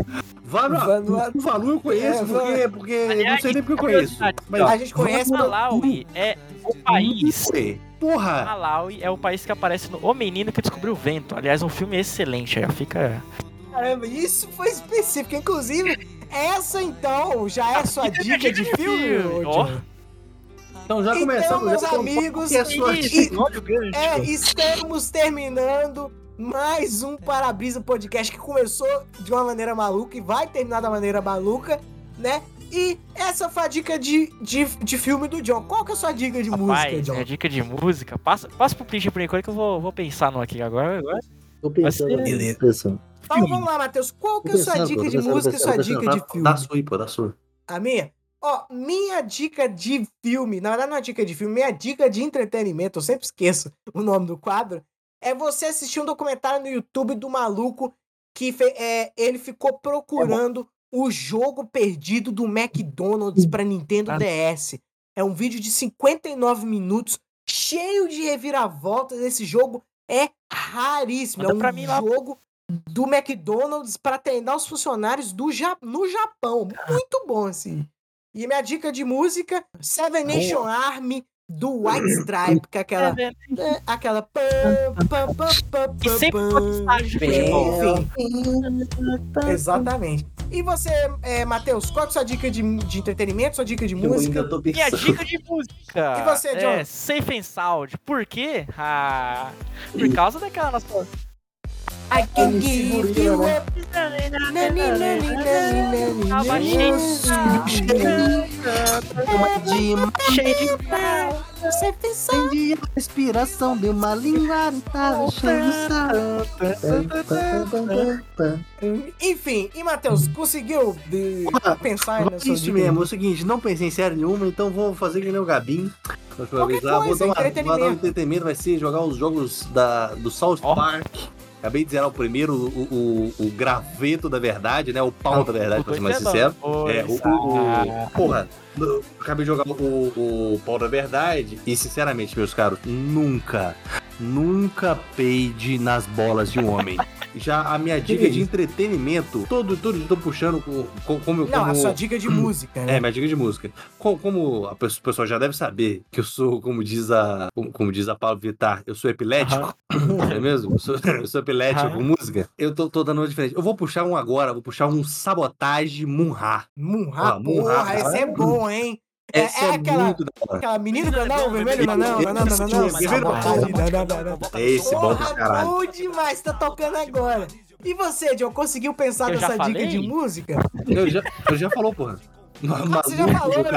Vá no Vá no Arthur. Arthur. O valor eu conheço, É, porque, porque eu não Aliás, sei nem porque eu conheço. Mas A gente conhece Hum. vá no Malawi é o país. Ué, Ah, Porra, Malawi é o país que aparece no O Menino que Descobriu o Vento. Aliás, um filme excelente. Já fica. Caramba, isso foi específico. Inclusive, essa então já é a sua tá dica de filme. ô, Ó. Diogo. então já Então, começamos. é meus já começamos. amigos, Que é sua e- dica. É, estamos terminando mais um Parabrisa Podcast que começou de uma maneira maluca e vai terminar da maneira maluca, né? E essa foi a dica de, de, de filme do John. Qual que é a sua dica de música, Rapaz, John? é dica de música. Passa, passa pro Clint por enquanto que eu vou, vou pensar no aqui agora. agora. Tô Mas- pensando. aqui, Beleza. pensando. Então vamos lá, Matheus. Qual que é a sua Pensando, dica tô de pensando, música e pensando, sua pensando. dica de Dá- filme? Dá sua aí, pô, dá sua. A minha? Ó, minha dica de filme, na verdade não é dica de filme, minha dica de entretenimento, eu sempre esqueço o nome do quadro, é você assistir um documentário no YouTube do maluco que fe- é, ele ficou procurando o jogo perdido do McDonald's pra Nintendo Ah. DS. É um vídeo de 59 minutos, cheio de reviravoltas. Esse jogo é raríssimo. Manda é um pra mim lá. jogo do McDonald's pra treinar os funcionários do Ja- no Japão. Muito bom, assim. E minha dica de música, Seven Nation Army do White Stripe, que é aquela... é, aquela... pam, pam, pam, pam, Uhum. né, Que sempre pam, foi estágio de pam, futebol. enfim. Exatamente. E você, é, Matheus, qual que é a sua dica de, de entretenimento, sua dica de Eu música? ainda tô Minha pensando. dica de música. E você, John? É, Safe and Sound. Por quê? Ah, por causa daquela nossa... I can give you up. Nani, nani, nani, nani, Tava nani. cheio de... Cheio de... Você pensa- Inspiração de uma linguagem tá cheio de sal. Enfim, e Matheus, conseguiu de- Ah, pensar na sua Isso dica? mesmo, é o seguinte, não pensei em série nenhuma, então vou fazer que nem o Gabim. da Última Qualquer vez lá, vou coisa, dar, uma, entretenimento. vou dar um entretenimento, vai ser jogar os jogos da, do South Ó. Park. Acabei de zerar o primeiro, o, o, o graveto da verdade, né? O pau Ah, da verdade, pra ser mais sincero. É, o, o- o- porra, eu acabei de jogar o, o pau da verdade e, sinceramente, meus caros, nunca, nunca peide nas bolas de um homem. Já a minha dica de entretenimento, todo, tudo, tô puxando com, com, como, Não, a como- sua dica de música, né? é, minha dica de música. Co- Como a pessoa, o pessoal já deve saber que eu sou, como diz a, como, como diz a Paulo Vittar, eu sou epilético, não é mesmo? Eu sou, eu sou epilético Aham. com música. Eu tô, tô dando uma diferente. Eu vou puxar um agora, vou puxar um Sabotage Munhá. Munhá, Ah, Munhá, porra, esse é bom, hein? É- Essa é, é aquela- muito da hora. Aquela menina do anel vermelho, não, não, não, não, não, não, Vermelho pra sabotagem, caralho. não, não, não, não. É esse bom pra Porra, caralho. bom demais, tá tocando agora. E você, John, conseguiu pensar Eu já nessa dica falei? de música? Eu já, eu já falou, porra. Ah, Você já falou, né?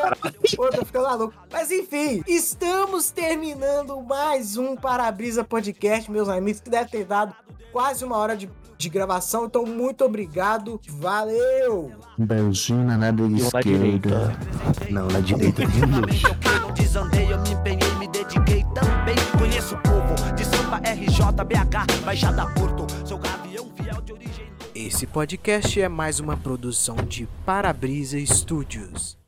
Pô, tô ficando maluco. Mas enfim, estamos terminando mais um Parabrisa Podcast, meus amigos, que deve ter dado quase uma hora de, de gravação. Então, muito obrigado. Valeu! Beijinho na nádega na direita. esquerda. Não, na direita. um Eu não desandei, eu me empenhei, me dediquei também. Conheço o povo de Sampa, RJ, BH, Baixada Porto. Sou gavião fiel de origem. Esse podcast é mais uma produção de Parabrisa Studios.